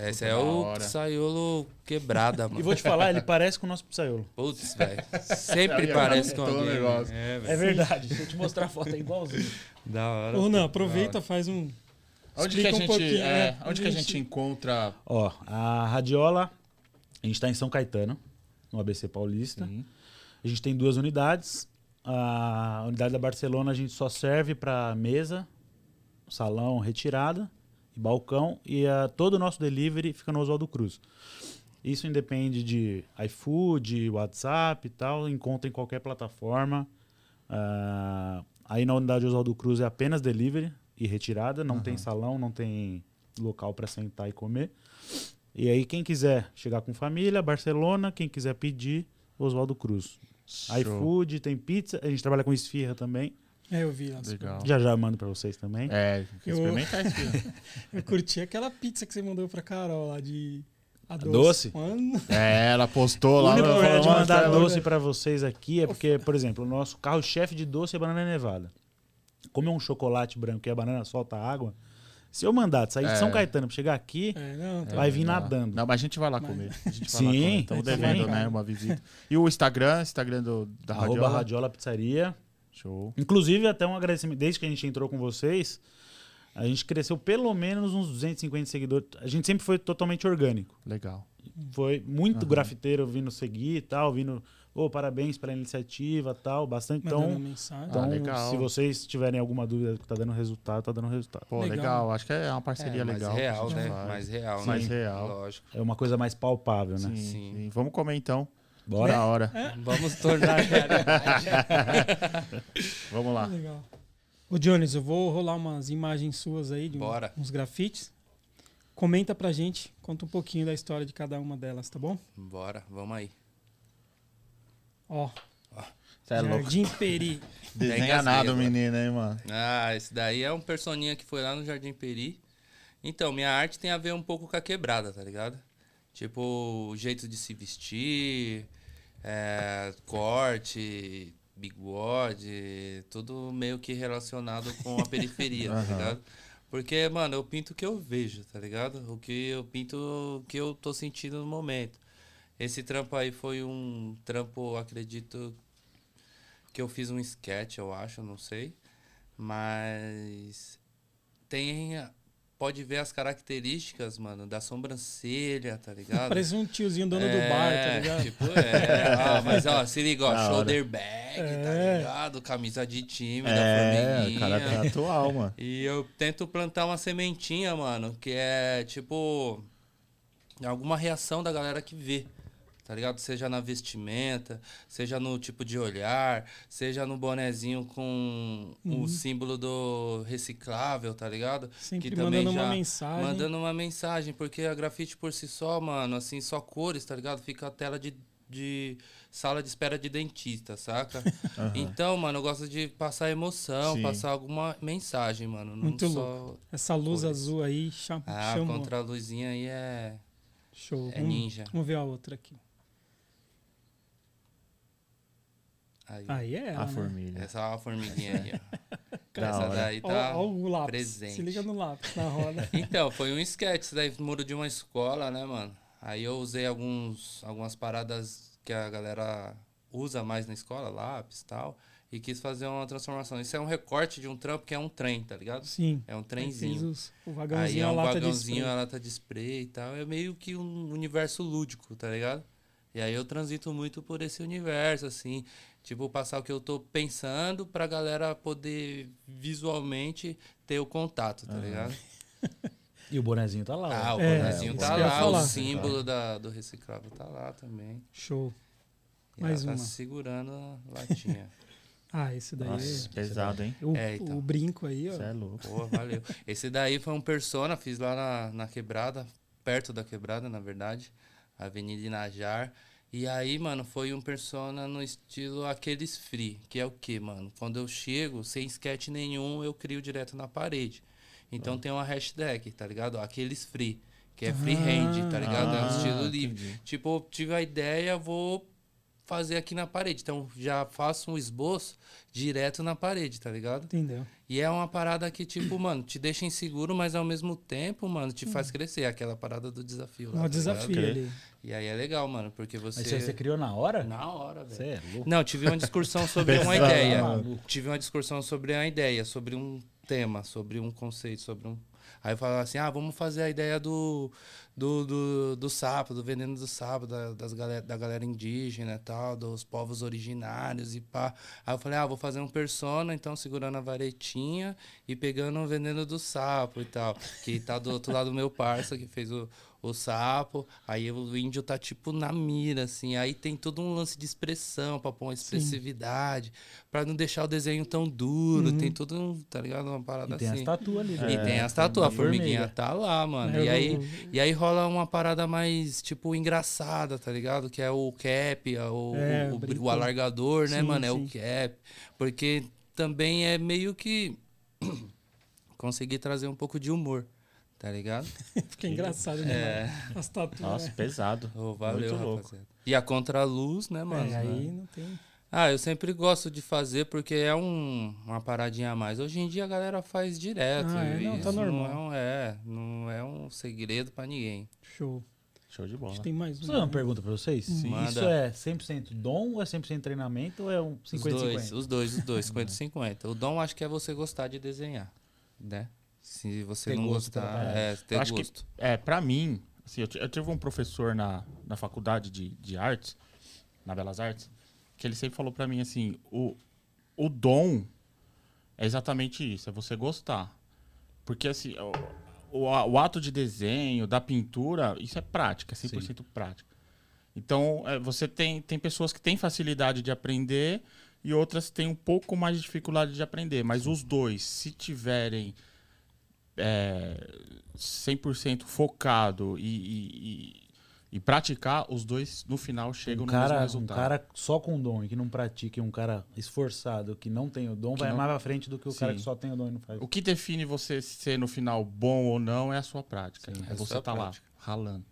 [SPEAKER 4] Esse
[SPEAKER 1] Puta
[SPEAKER 4] é
[SPEAKER 1] da
[SPEAKER 4] o
[SPEAKER 1] hora.
[SPEAKER 4] Saiolo quebrada,
[SPEAKER 3] E
[SPEAKER 4] mano.
[SPEAKER 3] vou te falar, ele parece com o nosso pizzaiolo.
[SPEAKER 4] Putz, velho.
[SPEAKER 1] Aí,
[SPEAKER 4] Sempre
[SPEAKER 1] ó,
[SPEAKER 4] parece com
[SPEAKER 1] todo
[SPEAKER 4] alguém.
[SPEAKER 1] negócio.
[SPEAKER 4] né? É, velho.
[SPEAKER 3] É verdade. Deixa eu te mostrar a foto, é igualzinho.
[SPEAKER 4] Da hora.
[SPEAKER 1] É,
[SPEAKER 2] Ô, Ronan, aproveita, faz um.
[SPEAKER 1] Onde que
[SPEAKER 2] Explica
[SPEAKER 1] a
[SPEAKER 2] um
[SPEAKER 1] gente,
[SPEAKER 2] pouquinho,
[SPEAKER 1] é,
[SPEAKER 2] né?
[SPEAKER 1] onde que a gente encontra...
[SPEAKER 3] Ó, a Radiola, a gente tá em São Caetano, no ABC Paulista.
[SPEAKER 1] Sim.
[SPEAKER 3] A gente tem duas unidades. A unidade da Barcelona a gente só serve para mesa, salão, retirada e balcão. E a, todo o nosso delivery fica no Oswaldo Cruz. Isso independe de iFood, WhatsApp e tal. Encontra em qualquer plataforma. Ah, aí na unidade Oswaldo Cruz é apenas delivery e retirada. Não tem salão, não tem local para sentar e comer. E aí quem quiser chegar com família, Barcelona. Quem quiser pedir, Oswaldo Cruz
[SPEAKER 1] Show.
[SPEAKER 3] iFood, tem pizza. A gente trabalha com esfirra também.
[SPEAKER 2] É, eu vi. lá.
[SPEAKER 1] Legal.
[SPEAKER 3] Já já eu mando pra vocês também.
[SPEAKER 1] É, quer
[SPEAKER 2] Eu-
[SPEAKER 1] experimentar isso aqui.
[SPEAKER 2] Eu curti aquela pizza que você mandou pra Carol lá de. A
[SPEAKER 3] doce?
[SPEAKER 2] Mano,
[SPEAKER 1] É, ela postou lá. ela
[SPEAKER 2] O único
[SPEAKER 1] falou,
[SPEAKER 2] lugar
[SPEAKER 3] Para
[SPEAKER 2] de
[SPEAKER 1] "Mano,
[SPEAKER 2] mandar
[SPEAKER 1] tá
[SPEAKER 3] mandar
[SPEAKER 1] louco."
[SPEAKER 3] doce pra vocês aqui é porque, por exemplo, o nosso carro-chefe de doce é banana nevada. Como é um chocolate branco e a banana solta água, se eu mandar sair
[SPEAKER 1] É.
[SPEAKER 3] de São Caetano pra chegar aqui,
[SPEAKER 2] é, não, tá-
[SPEAKER 3] vai vir
[SPEAKER 1] Não,
[SPEAKER 3] nadando.
[SPEAKER 1] Não, mas a gente vai lá comer. A gente vai lá
[SPEAKER 3] Sim,
[SPEAKER 1] comer. Estamos
[SPEAKER 2] a gente
[SPEAKER 1] devendo,
[SPEAKER 2] vai.
[SPEAKER 1] né? Uma visita. E o Instagram, Instagram do, da
[SPEAKER 3] Arroba
[SPEAKER 1] Radiola.
[SPEAKER 3] Radiola Pizzaria.
[SPEAKER 1] Show.
[SPEAKER 3] Inclusive, até um agradecimento. Desde que a gente entrou com vocês, a gente cresceu pelo menos uns 250 seguidores. A gente sempre foi totalmente orgânico.
[SPEAKER 1] Legal.
[SPEAKER 3] Foi muito grafiteiro vindo seguir e tal, vindo. Ô, parabéns pela iniciativa tal, bastante.
[SPEAKER 2] mandando
[SPEAKER 3] Então,
[SPEAKER 2] mensagem.
[SPEAKER 1] Ah,
[SPEAKER 3] então
[SPEAKER 1] legal.
[SPEAKER 3] se vocês tiverem alguma dúvida que tá dando resultado, tá dando resultado.
[SPEAKER 1] Pô, legal.
[SPEAKER 2] Legal.
[SPEAKER 1] Acho que é uma parceria
[SPEAKER 4] É, mais
[SPEAKER 1] legal. que a
[SPEAKER 4] real,
[SPEAKER 1] gente
[SPEAKER 4] né?
[SPEAKER 1] faz.
[SPEAKER 4] Mais real,
[SPEAKER 1] Mais
[SPEAKER 4] né?
[SPEAKER 1] real.
[SPEAKER 4] Lógico.
[SPEAKER 3] É uma coisa mais palpável, né?
[SPEAKER 1] Sim,
[SPEAKER 4] Sim.
[SPEAKER 1] sim. Vamos comer então.
[SPEAKER 3] Bora.
[SPEAKER 1] Na hora.
[SPEAKER 4] Vamos tornar realidade.
[SPEAKER 1] Vamos
[SPEAKER 4] Ah.
[SPEAKER 1] lá.
[SPEAKER 2] Legal. Ô, Jones, eu vou rolar umas imagens suas aí, de um-
[SPEAKER 4] Bora.
[SPEAKER 2] uns grafites. Comenta pra gente, conta um pouquinho da história de cada uma delas, tá bom?
[SPEAKER 4] Bora, vamos aí.
[SPEAKER 2] Ó,
[SPEAKER 1] Você é louco.
[SPEAKER 2] Jardim Peri.
[SPEAKER 1] Desenha nada o menino, hein, mano.
[SPEAKER 4] Ah, esse daí é um personinha que foi lá no Jardim Peri. Então, minha arte tem a ver um pouco com a quebrada, tá ligado? Tipo, o jeito de se vestir, é, corte, bigode, tudo meio que relacionado com a periferia, tá ligado? Porque, mano, eu pinto o que eu vejo, tá ligado? O que eu pinto, o que eu tô sentindo no momento. Esse trampo aí foi um trampo, acredito, que eu fiz um sketch, eu acho, não sei. Mas tem. Pode ver as características, mano, da sobrancelha, tá ligado?
[SPEAKER 2] Parece um tiozinho dono do
[SPEAKER 4] É,
[SPEAKER 2] bar, tá ligado?
[SPEAKER 4] Tipo, é. Ah, mas ó, se liga, ó,
[SPEAKER 1] Da hora.
[SPEAKER 4] shoulder bag,
[SPEAKER 2] É.
[SPEAKER 4] tá ligado? Camisa de time da
[SPEAKER 1] É, o
[SPEAKER 4] forminha.
[SPEAKER 1] cara tá atual, mano.
[SPEAKER 4] E eu tento plantar uma sementinha, mano, que é tipo alguma reação da galera que vê. Tá ligado? Seja na vestimenta, seja no tipo de olhar, seja no bonezinho com
[SPEAKER 2] Uhum.
[SPEAKER 4] o símbolo do reciclável, tá ligado?
[SPEAKER 2] Sempre
[SPEAKER 4] que também
[SPEAKER 2] mandando uma
[SPEAKER 4] já-
[SPEAKER 2] mensagem.
[SPEAKER 4] Mandando uma mensagem, porque a grafite por si só, mano, assim, só cores, tá ligado? Fica a tela de, de sala de espera de dentista, saca? Então, mano, eu gosto de passar emoção,
[SPEAKER 1] Sim.
[SPEAKER 4] passar alguma mensagem, mano. Não
[SPEAKER 2] Muito
[SPEAKER 4] só.
[SPEAKER 2] Essa luz
[SPEAKER 4] Cores.
[SPEAKER 2] azul aí chama,
[SPEAKER 4] Ah,
[SPEAKER 1] é um
[SPEAKER 2] chamou.
[SPEAKER 4] contra a luzinha aí é,
[SPEAKER 2] Show.
[SPEAKER 4] é
[SPEAKER 1] Uhum.
[SPEAKER 2] Vamos-
[SPEAKER 4] ninja.
[SPEAKER 2] Vamos ver a outra aqui.
[SPEAKER 4] Aí.
[SPEAKER 2] Aí é ela,
[SPEAKER 1] A
[SPEAKER 2] né?
[SPEAKER 1] formiga.
[SPEAKER 4] Essa é uma formiguinha aí, ó.
[SPEAKER 1] Da
[SPEAKER 4] Essa
[SPEAKER 1] hora.
[SPEAKER 4] daí
[SPEAKER 2] Ó,
[SPEAKER 4] tá.
[SPEAKER 2] ó o lápis. Se
[SPEAKER 4] presente.
[SPEAKER 2] liga no lápis, na roda.
[SPEAKER 4] Então, foi um sketch, isso daí muro de uma escola, né, mano? Aí eu usei alguns, algumas paradas que a galera usa mais na escola, lápis e tal, e quis fazer uma transformação. Isso é um recorte de um trampo que é um trem, tá ligado?
[SPEAKER 2] Sim.
[SPEAKER 4] É um
[SPEAKER 2] Aí fez
[SPEAKER 4] trenzinho.
[SPEAKER 2] os- o
[SPEAKER 4] Aí
[SPEAKER 2] vagãozinho,
[SPEAKER 4] é
[SPEAKER 2] a
[SPEAKER 4] um
[SPEAKER 2] lata de
[SPEAKER 4] vagãozinho,
[SPEAKER 2] spray.
[SPEAKER 4] a lata de spray e tal. É meio que um universo lúdico, tá ligado? E aí eu transito muito por esse universo, assim. Tipo, passar o que eu tô pensando pra galera poder visualmente ter o contato, tá ligado?
[SPEAKER 3] E o bonezinho tá lá.
[SPEAKER 4] Ah,
[SPEAKER 3] ó.
[SPEAKER 4] o
[SPEAKER 2] É,
[SPEAKER 4] bonezinho
[SPEAKER 2] isso
[SPEAKER 4] tá
[SPEAKER 2] que eu ia
[SPEAKER 4] lá,
[SPEAKER 2] falar.
[SPEAKER 4] o símbolo da- do reciclável tá lá também.
[SPEAKER 2] Show.
[SPEAKER 4] E
[SPEAKER 2] Mais
[SPEAKER 4] ela
[SPEAKER 2] uma.
[SPEAKER 4] tá segurando a latinha.
[SPEAKER 2] Ah, esse daí
[SPEAKER 1] Nossa, pesado, hein?
[SPEAKER 2] é... O,
[SPEAKER 4] É, então.
[SPEAKER 2] o brinco aí, ó.
[SPEAKER 1] Você é louco.
[SPEAKER 4] Pô, valeu. Esse daí foi um persona, fiz lá na, na quebrada, perto da quebrada, na verdade, Avenida Inajar. E aí, mano, foi um persona no estilo aqueles free, que é o que, mano? Quando eu chego, sem sketch nenhum, eu crio direto na parede. Então
[SPEAKER 1] Ah.
[SPEAKER 4] tem uma hashtag, tá ligado? Aqueles free, que é freehand, tá ligado? é um estilo
[SPEAKER 1] Ah,
[SPEAKER 4] livre.
[SPEAKER 1] entendi.
[SPEAKER 4] Tipo, eu tive a ideia, vou fazer aqui na parede. Então já faço um esboço direto na parede, tá ligado?
[SPEAKER 2] Entendeu?
[SPEAKER 4] E é uma parada que, tipo, mano, te deixa inseguro, mas ao mesmo tempo, mano, te faz crescer. Aquela parada do desafio.
[SPEAKER 2] É
[SPEAKER 4] lá,
[SPEAKER 2] um
[SPEAKER 4] tá ligado?
[SPEAKER 2] desafio
[SPEAKER 1] ligado?
[SPEAKER 2] ali.
[SPEAKER 4] E aí é legal, mano, porque você.
[SPEAKER 3] Mas você, você criou na hora?
[SPEAKER 4] Na hora,
[SPEAKER 3] Você
[SPEAKER 4] velho.
[SPEAKER 3] é louco.
[SPEAKER 4] Não, tive uma discussão sobre uma
[SPEAKER 1] Pesado,
[SPEAKER 4] ideia.
[SPEAKER 3] maluco.
[SPEAKER 4] Tive uma discussão sobre uma ideia, sobre um tema, sobre um conceito, sobre um. Aí eu falava assim, ah, vamos fazer a ideia do, do, do, do sapo, do veneno do sapo, da, das galera, da galera indígena e tal, dos povos originários e pá. Aí eu falei, ah, vou fazer um persona, então, segurando a varetinha e pegando o veneno do sapo e tal. Que tá do outro lado do meu parça, que fez o, o sapo. Aí o índio tá, tipo, na mira, assim. Aí tem todo um lance de expressão, pra pôr uma expressividade, pra não deixar o desenho tão duro.
[SPEAKER 2] Uhum.
[SPEAKER 4] Tem todo um, tá ligado? Uma parada
[SPEAKER 3] E tem
[SPEAKER 4] assim.
[SPEAKER 3] as tatuas ali.
[SPEAKER 4] E
[SPEAKER 3] né?
[SPEAKER 4] tem as tatu, a
[SPEAKER 3] Formiga.
[SPEAKER 4] formiguinha tá lá, mano.
[SPEAKER 2] É,
[SPEAKER 4] e,
[SPEAKER 2] eu-
[SPEAKER 4] aí, e aí rola uma parada mais, tipo, engraçada, tá ligado? Que é o cap, é o,
[SPEAKER 2] É,
[SPEAKER 4] o- o-
[SPEAKER 2] brincou.
[SPEAKER 4] o alargador, né,
[SPEAKER 2] Sim,
[SPEAKER 4] mano? É
[SPEAKER 2] sim.
[SPEAKER 4] o cap. Porque também é meio que conseguir trazer um pouco de humor, tá ligado?
[SPEAKER 2] Fica engraçado demais.
[SPEAKER 4] É.
[SPEAKER 2] As tatuas.
[SPEAKER 1] Nossa,
[SPEAKER 2] né?
[SPEAKER 1] pesado.
[SPEAKER 4] Ô, valeu,
[SPEAKER 1] Muito louco.
[SPEAKER 4] rapaziada. E a contraluz, né, mano?
[SPEAKER 2] É, aí não tem.
[SPEAKER 4] Ah, eu sempre gosto de fazer porque é um- uma paradinha a mais. Hoje em dia a galera faz direto.
[SPEAKER 2] Ah, é? Não,
[SPEAKER 4] isso
[SPEAKER 2] tá normal.
[SPEAKER 4] Não é, um, é, não é um segredo pra ninguém.
[SPEAKER 2] Show.
[SPEAKER 1] Show de
[SPEAKER 2] Acho
[SPEAKER 1] bola.
[SPEAKER 2] que tem mais
[SPEAKER 3] Só uma
[SPEAKER 2] um.
[SPEAKER 3] pergunta pra vocês. Isso
[SPEAKER 4] Manda.
[SPEAKER 3] é 100% dom ou é 100% treinamento ou é um
[SPEAKER 4] Os dois,
[SPEAKER 3] 50-50?
[SPEAKER 4] os dois, os dois, 50-50. O dom acho que é você gostar de desenhar, né? Se você
[SPEAKER 3] Ter
[SPEAKER 4] não
[SPEAKER 3] gosto pela
[SPEAKER 4] gostar,
[SPEAKER 3] parada.
[SPEAKER 4] é, ter
[SPEAKER 1] Eu acho que-
[SPEAKER 4] gosto.
[SPEAKER 1] É, pra mim, assim, eu, ti- eu tive um professor na, na faculdade de, de artes, na Belas Artes, que ele sempre falou pra mim assim, o, o dom é exatamente isso, é você gostar. Porque assim, o, o, a- o ato de desenho, da pintura, isso é prática, é 100% prática. Então, é, você tem, tem pessoas que têm facilidade de aprender e outras têm um pouco mais de dificuldade de aprender. Mas os dois, se tiverem é, 100% focado e, e, e- e praticar, os dois no final chegam
[SPEAKER 3] Um
[SPEAKER 1] no mesmo
[SPEAKER 3] cara, um
[SPEAKER 1] resultado.
[SPEAKER 3] cara só com dom e que não pratica e um cara esforçado que não tem o dom
[SPEAKER 1] Que
[SPEAKER 3] vai
[SPEAKER 1] não-
[SPEAKER 3] mais pra frente do que o cara
[SPEAKER 1] Sim.
[SPEAKER 3] que só tem o dom e não faz.
[SPEAKER 1] O que define você ser no final bom ou não é a sua prática.
[SPEAKER 4] Sim,
[SPEAKER 1] é
[SPEAKER 4] é a
[SPEAKER 1] você
[SPEAKER 4] sua
[SPEAKER 1] tá
[SPEAKER 4] prática.
[SPEAKER 1] lá, ralando.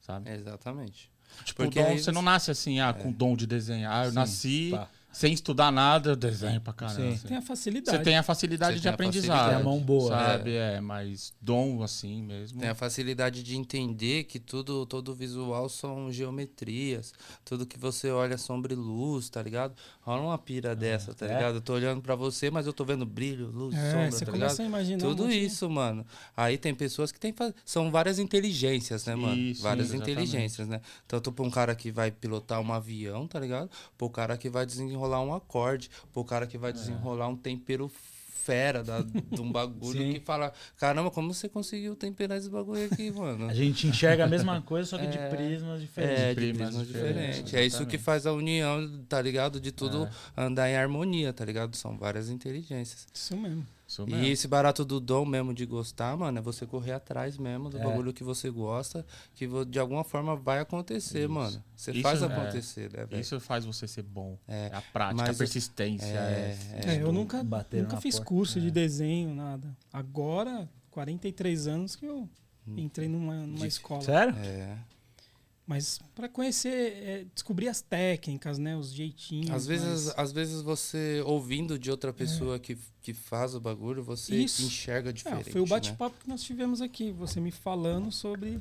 [SPEAKER 1] Sabe?
[SPEAKER 4] Exatamente.
[SPEAKER 1] tipo, o
[SPEAKER 4] porque
[SPEAKER 1] dom,
[SPEAKER 4] aí
[SPEAKER 1] você
[SPEAKER 4] você-
[SPEAKER 1] não nasce assim, ah, com o dom de desenhar. Ah, eu
[SPEAKER 3] Sim,
[SPEAKER 1] nasci
[SPEAKER 3] pá.
[SPEAKER 1] sem estudar nada, eu desenho pra
[SPEAKER 4] né?
[SPEAKER 1] caramba.
[SPEAKER 3] Sim.
[SPEAKER 1] assim.
[SPEAKER 2] Tem a facilidade.
[SPEAKER 1] Você tem a facilidade
[SPEAKER 4] Você
[SPEAKER 1] de
[SPEAKER 4] tem a
[SPEAKER 1] aprendizado.
[SPEAKER 4] facilidade.
[SPEAKER 3] Tem a mão boa,
[SPEAKER 1] Sabe? É. mas dom assim mesmo.
[SPEAKER 4] Tem a facilidade de entender que tudo, todo visual são geometrias. Tudo que você olha é sombra e luz, tá ligado? Rola uma
[SPEAKER 2] Ah,
[SPEAKER 4] pira dessa, tá
[SPEAKER 3] é?
[SPEAKER 4] ligado? Eu tô olhando pra você, mas eu tô vendo brilho, luz,
[SPEAKER 2] É,
[SPEAKER 4] sombra,
[SPEAKER 2] você
[SPEAKER 4] tá
[SPEAKER 2] começa
[SPEAKER 4] ligado?
[SPEAKER 2] a imaginar. um
[SPEAKER 4] Tudo
[SPEAKER 2] monte de-
[SPEAKER 4] isso, mano. Aí tem pessoas que tem. fa- São várias inteligências, né, mano?
[SPEAKER 1] Isso,
[SPEAKER 4] várias
[SPEAKER 1] exatamente.
[SPEAKER 4] inteligências, né? Tanto pra um cara que vai pilotar um avião, tá ligado? Pro cara que vai desenrolar um acorde. Pro cara que vai desenrolar um tempero fera da, de um bagulho
[SPEAKER 3] Sim.
[SPEAKER 4] que fala: caramba, como você conseguiu temperar esse bagulho aqui, mano?
[SPEAKER 3] A gente enxerga a mesma coisa, só que de
[SPEAKER 4] É.
[SPEAKER 3] prismas diferentes.
[SPEAKER 4] É,
[SPEAKER 1] de
[SPEAKER 4] de
[SPEAKER 1] primas
[SPEAKER 4] prismas
[SPEAKER 1] diferentes,
[SPEAKER 4] diferentes. É isso que
[SPEAKER 1] exatamente.
[SPEAKER 4] faz a união, tá ligado? De tudo andar em harmonia, tá ligado? São várias inteligências.
[SPEAKER 2] Isso mesmo.
[SPEAKER 1] Isso mesmo.
[SPEAKER 4] E esse barato do dom mesmo de gostar, mano, é você correr atrás mesmo do
[SPEAKER 3] É.
[SPEAKER 4] bagulho que você gosta, que vo- de alguma forma vai acontecer,
[SPEAKER 1] Isso.
[SPEAKER 4] mano. Você
[SPEAKER 1] Isso
[SPEAKER 4] faz
[SPEAKER 1] é-
[SPEAKER 4] acontecer, né, velho?
[SPEAKER 1] Isso faz você ser bom.
[SPEAKER 4] É,
[SPEAKER 1] É, a prática,
[SPEAKER 4] mas
[SPEAKER 1] a
[SPEAKER 4] eu-
[SPEAKER 1] persistência.
[SPEAKER 4] é,
[SPEAKER 1] é-
[SPEAKER 4] é.
[SPEAKER 2] É, eu nunca,
[SPEAKER 3] bateram
[SPEAKER 2] nunca
[SPEAKER 3] na
[SPEAKER 2] fiz
[SPEAKER 3] porta.
[SPEAKER 2] curso
[SPEAKER 4] né?
[SPEAKER 2] de desenho, nada. Agora, 43 anos que eu
[SPEAKER 4] Hum.
[SPEAKER 2] entrei numa, numa escola.
[SPEAKER 3] Sério?
[SPEAKER 4] É.
[SPEAKER 2] Mas para conhecer, é, descobrir as técnicas, né? Os jeitinhos.
[SPEAKER 4] Às vezes, é
[SPEAKER 2] mas- Ah,
[SPEAKER 4] às vezes você ouvindo de outra pessoa que, que faz o bagulho, você
[SPEAKER 2] É. Isso.
[SPEAKER 4] enxerga
[SPEAKER 2] É,
[SPEAKER 4] diferente.
[SPEAKER 2] foi o
[SPEAKER 4] né?
[SPEAKER 2] bate-papo que nós tivemos aqui. Você me falando sobre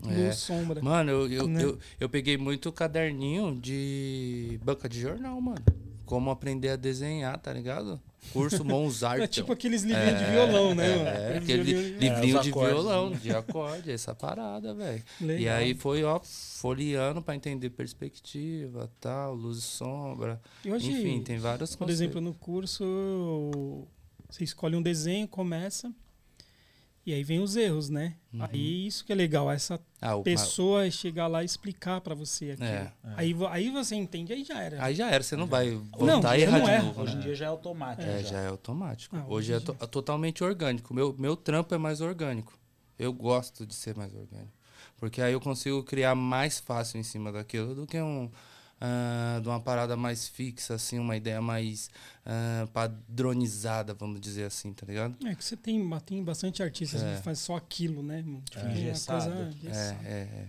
[SPEAKER 2] luz,
[SPEAKER 4] É.
[SPEAKER 2] sombra.
[SPEAKER 4] Mano, eu, eu,
[SPEAKER 2] Né?
[SPEAKER 4] eu, eu peguei muito caderninho de banca de jornal, mano. Como aprender a desenhar, tá ligado? Curso Monsart.
[SPEAKER 2] é tipo aqueles livrinhos de violão, né? mano?
[SPEAKER 4] Então. É,
[SPEAKER 2] Aqueles
[SPEAKER 4] aquele
[SPEAKER 2] livrinhos-
[SPEAKER 4] li- livrinho
[SPEAKER 3] É, os
[SPEAKER 4] de
[SPEAKER 3] acordes,
[SPEAKER 4] violão, de acorde, essa parada, velho. E
[SPEAKER 2] Legal.
[SPEAKER 4] aí foi, ó, folheando pra entender perspectiva, tal, luz e sombra.
[SPEAKER 2] E hoje,
[SPEAKER 4] Enfim, tem vários
[SPEAKER 2] Por exemplo, no curso, você escolhe um desenho, começa, e aí vem os erros, né?
[SPEAKER 4] Uhum.
[SPEAKER 2] Aí isso que é legal, essa
[SPEAKER 4] ah, o
[SPEAKER 2] pessoa chegar lá e explicar pra você aquilo.
[SPEAKER 4] É.
[SPEAKER 2] Aí, vo- aí você entende, aí já era.
[SPEAKER 4] Aí já era, você não vai
[SPEAKER 2] Não,
[SPEAKER 4] voltar e
[SPEAKER 2] já
[SPEAKER 4] errar
[SPEAKER 2] não
[SPEAKER 4] de
[SPEAKER 2] erra.
[SPEAKER 4] novo.
[SPEAKER 3] Hoje em
[SPEAKER 4] né?
[SPEAKER 3] dia já é automático.
[SPEAKER 4] É, já é automático.
[SPEAKER 2] Ah, hoje
[SPEAKER 4] hoje é
[SPEAKER 2] já.
[SPEAKER 4] to- totalmente orgânico. Meu, meu trampo é mais orgânico. Eu gosto de ser mais orgânico. Porque aí eu consigo criar mais fácil em cima daquilo do que um. ah, de uma parada mais fixa, assim, uma ideia mais ah, padronizada, vamos dizer assim, tá ligado?
[SPEAKER 2] É que você tem, ba- tem bastante artistas
[SPEAKER 4] É.
[SPEAKER 2] que faz só aquilo, né? irmão? Tipo,
[SPEAKER 3] É.
[SPEAKER 2] tem uma
[SPEAKER 3] Engessado.
[SPEAKER 2] coisa engessada.
[SPEAKER 4] É, é, é.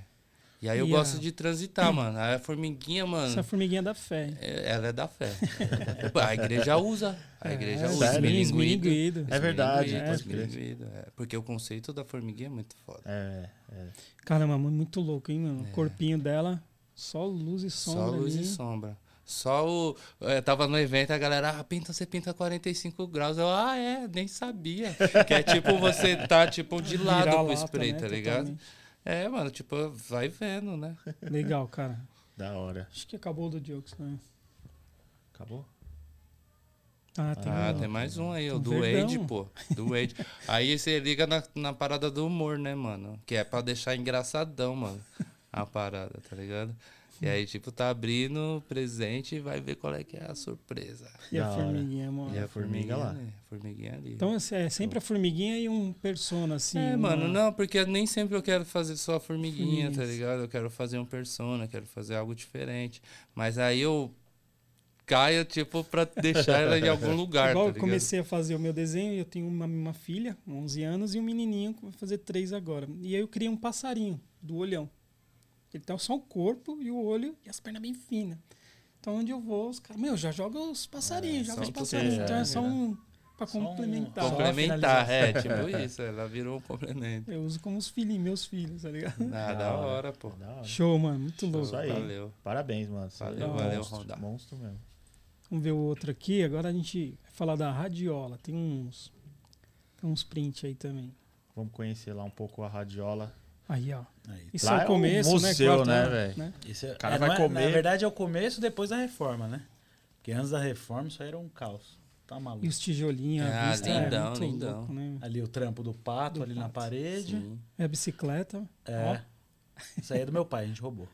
[SPEAKER 4] E aí eu
[SPEAKER 2] E
[SPEAKER 4] gosto
[SPEAKER 2] a-
[SPEAKER 4] de transitar, mano. Aí a formiguinha,
[SPEAKER 2] Essa é a
[SPEAKER 4] mano,
[SPEAKER 2] formiguinha da fé.
[SPEAKER 4] é- ela é da fé. a igreja usa. A igreja
[SPEAKER 2] é,
[SPEAKER 4] usa.
[SPEAKER 1] sério?
[SPEAKER 2] esmilinguido.
[SPEAKER 4] esmilinguido.
[SPEAKER 1] É verdade,
[SPEAKER 4] Esmilinguido,
[SPEAKER 1] pode crer.
[SPEAKER 4] esmilinguido, é. Porque o conceito da formiguinha é muito foda.
[SPEAKER 1] É, é.
[SPEAKER 2] Caramba, mano, muito louco, hein, mano?
[SPEAKER 4] É.
[SPEAKER 2] O corpinho dela, só luz e sombra.
[SPEAKER 4] Só luz
[SPEAKER 2] ali.
[SPEAKER 4] e sombra. Só o. Eu tava no evento, a galera, ah, pinta, você pinta 45 graus. Eu, ah, é, nem sabia. Que é tipo, você tá, tipo, de lado com o
[SPEAKER 2] Vira-lata,
[SPEAKER 4] spray,
[SPEAKER 2] né?
[SPEAKER 4] tá ligado?
[SPEAKER 2] Totalmente.
[SPEAKER 4] É, mano, tipo, vai vendo, né?
[SPEAKER 2] Legal, cara.
[SPEAKER 1] Da hora.
[SPEAKER 2] Acho que acabou o do Jokes, né?
[SPEAKER 1] Acabou?
[SPEAKER 2] Ah, tem.
[SPEAKER 4] Ah,
[SPEAKER 2] um-
[SPEAKER 4] tem mais um aí, o
[SPEAKER 2] Um
[SPEAKER 4] do
[SPEAKER 2] verdão.
[SPEAKER 4] Wade, pô. Do Wade. Aí você liga na, na parada do humor, né, mano? Que é pra deixar engraçadão, mano. A parada, tá ligado? E aí, tipo, tá abrindo o presente e vai ver qual é que é a surpresa.
[SPEAKER 2] E É a
[SPEAKER 1] Da hora.
[SPEAKER 2] formiguinha, mano.
[SPEAKER 4] E a
[SPEAKER 1] a formiga
[SPEAKER 4] formiguinha
[SPEAKER 1] lá.
[SPEAKER 4] ali, a formiguinha ali.
[SPEAKER 2] Então assim, é sempre a formiguinha e um persona, assim.
[SPEAKER 4] é,
[SPEAKER 2] uma-
[SPEAKER 4] mano, não, porque nem sempre eu quero fazer só a formiguinha, tá
[SPEAKER 2] Formiguinhas.
[SPEAKER 4] ligado? Eu quero fazer um persona, quero fazer algo diferente. Mas aí eu caia, tipo, pra deixar ela em algum lugar.
[SPEAKER 2] Igual
[SPEAKER 4] tá
[SPEAKER 2] eu
[SPEAKER 4] ligado?
[SPEAKER 2] comecei a fazer o meu desenho, eu tenho uma, uma filha, 11 anos, e um menininho que vai fazer 3 agora. E aí eu criei um passarinho do olhão. Ele tem só o corpo e o olho e as pernas bem finas. Então onde eu vou, os caras, meu, já joga os passarinhos,
[SPEAKER 4] É,
[SPEAKER 2] joga
[SPEAKER 4] só
[SPEAKER 2] os
[SPEAKER 4] um
[SPEAKER 2] passarinhos.
[SPEAKER 1] pouquinho,
[SPEAKER 2] Então é
[SPEAKER 1] é,
[SPEAKER 2] só
[SPEAKER 1] né?
[SPEAKER 2] um pra
[SPEAKER 3] Só um-
[SPEAKER 2] complementar.
[SPEAKER 4] Complementar, é, tipo isso. Ela virou um complemento.
[SPEAKER 2] É, Eu uso como os filhinhos, meus filhos, tá ligado?
[SPEAKER 4] Ah, da hora, pô.
[SPEAKER 1] Da hora.
[SPEAKER 2] Show, mano, muito louco.
[SPEAKER 1] Isso aí.
[SPEAKER 4] Valeu.
[SPEAKER 1] Parabéns, mano. Você é
[SPEAKER 4] Valeu,
[SPEAKER 1] um
[SPEAKER 4] valeu,
[SPEAKER 1] monstro,
[SPEAKER 4] Rondá.
[SPEAKER 1] Monstro mesmo.
[SPEAKER 2] Vamos ver o outro aqui. Agora a gente vai falar da radiola. Tem uns, tem uns print aí também.
[SPEAKER 1] Vamos conhecer lá um pouco a radiola.
[SPEAKER 2] Aí, ó.
[SPEAKER 3] Aí.
[SPEAKER 2] Isso
[SPEAKER 1] Lá
[SPEAKER 2] é
[SPEAKER 1] é
[SPEAKER 2] o
[SPEAKER 1] um
[SPEAKER 2] começo,
[SPEAKER 1] museu,
[SPEAKER 2] né? Quatro
[SPEAKER 1] né,
[SPEAKER 2] anos,
[SPEAKER 1] velho?
[SPEAKER 3] Isso é-
[SPEAKER 1] cara
[SPEAKER 3] é,
[SPEAKER 1] vai
[SPEAKER 3] não é-
[SPEAKER 1] comer.
[SPEAKER 3] Na verdade, é o começo depois da reforma, né? Porque antes da reforma isso aí era um caos. Tá maluco.
[SPEAKER 2] E os tijolinhos, a
[SPEAKER 4] Ah,
[SPEAKER 2] vista é
[SPEAKER 4] lindão,
[SPEAKER 2] muito
[SPEAKER 4] lindão.
[SPEAKER 2] louco, né?
[SPEAKER 3] Ali o trampo do pato,
[SPEAKER 2] Do
[SPEAKER 3] ali na
[SPEAKER 2] pato.
[SPEAKER 3] parede.
[SPEAKER 4] Sim.
[SPEAKER 2] É a bicicleta.
[SPEAKER 3] É. Isso aí é do meu pai, a gente roubou.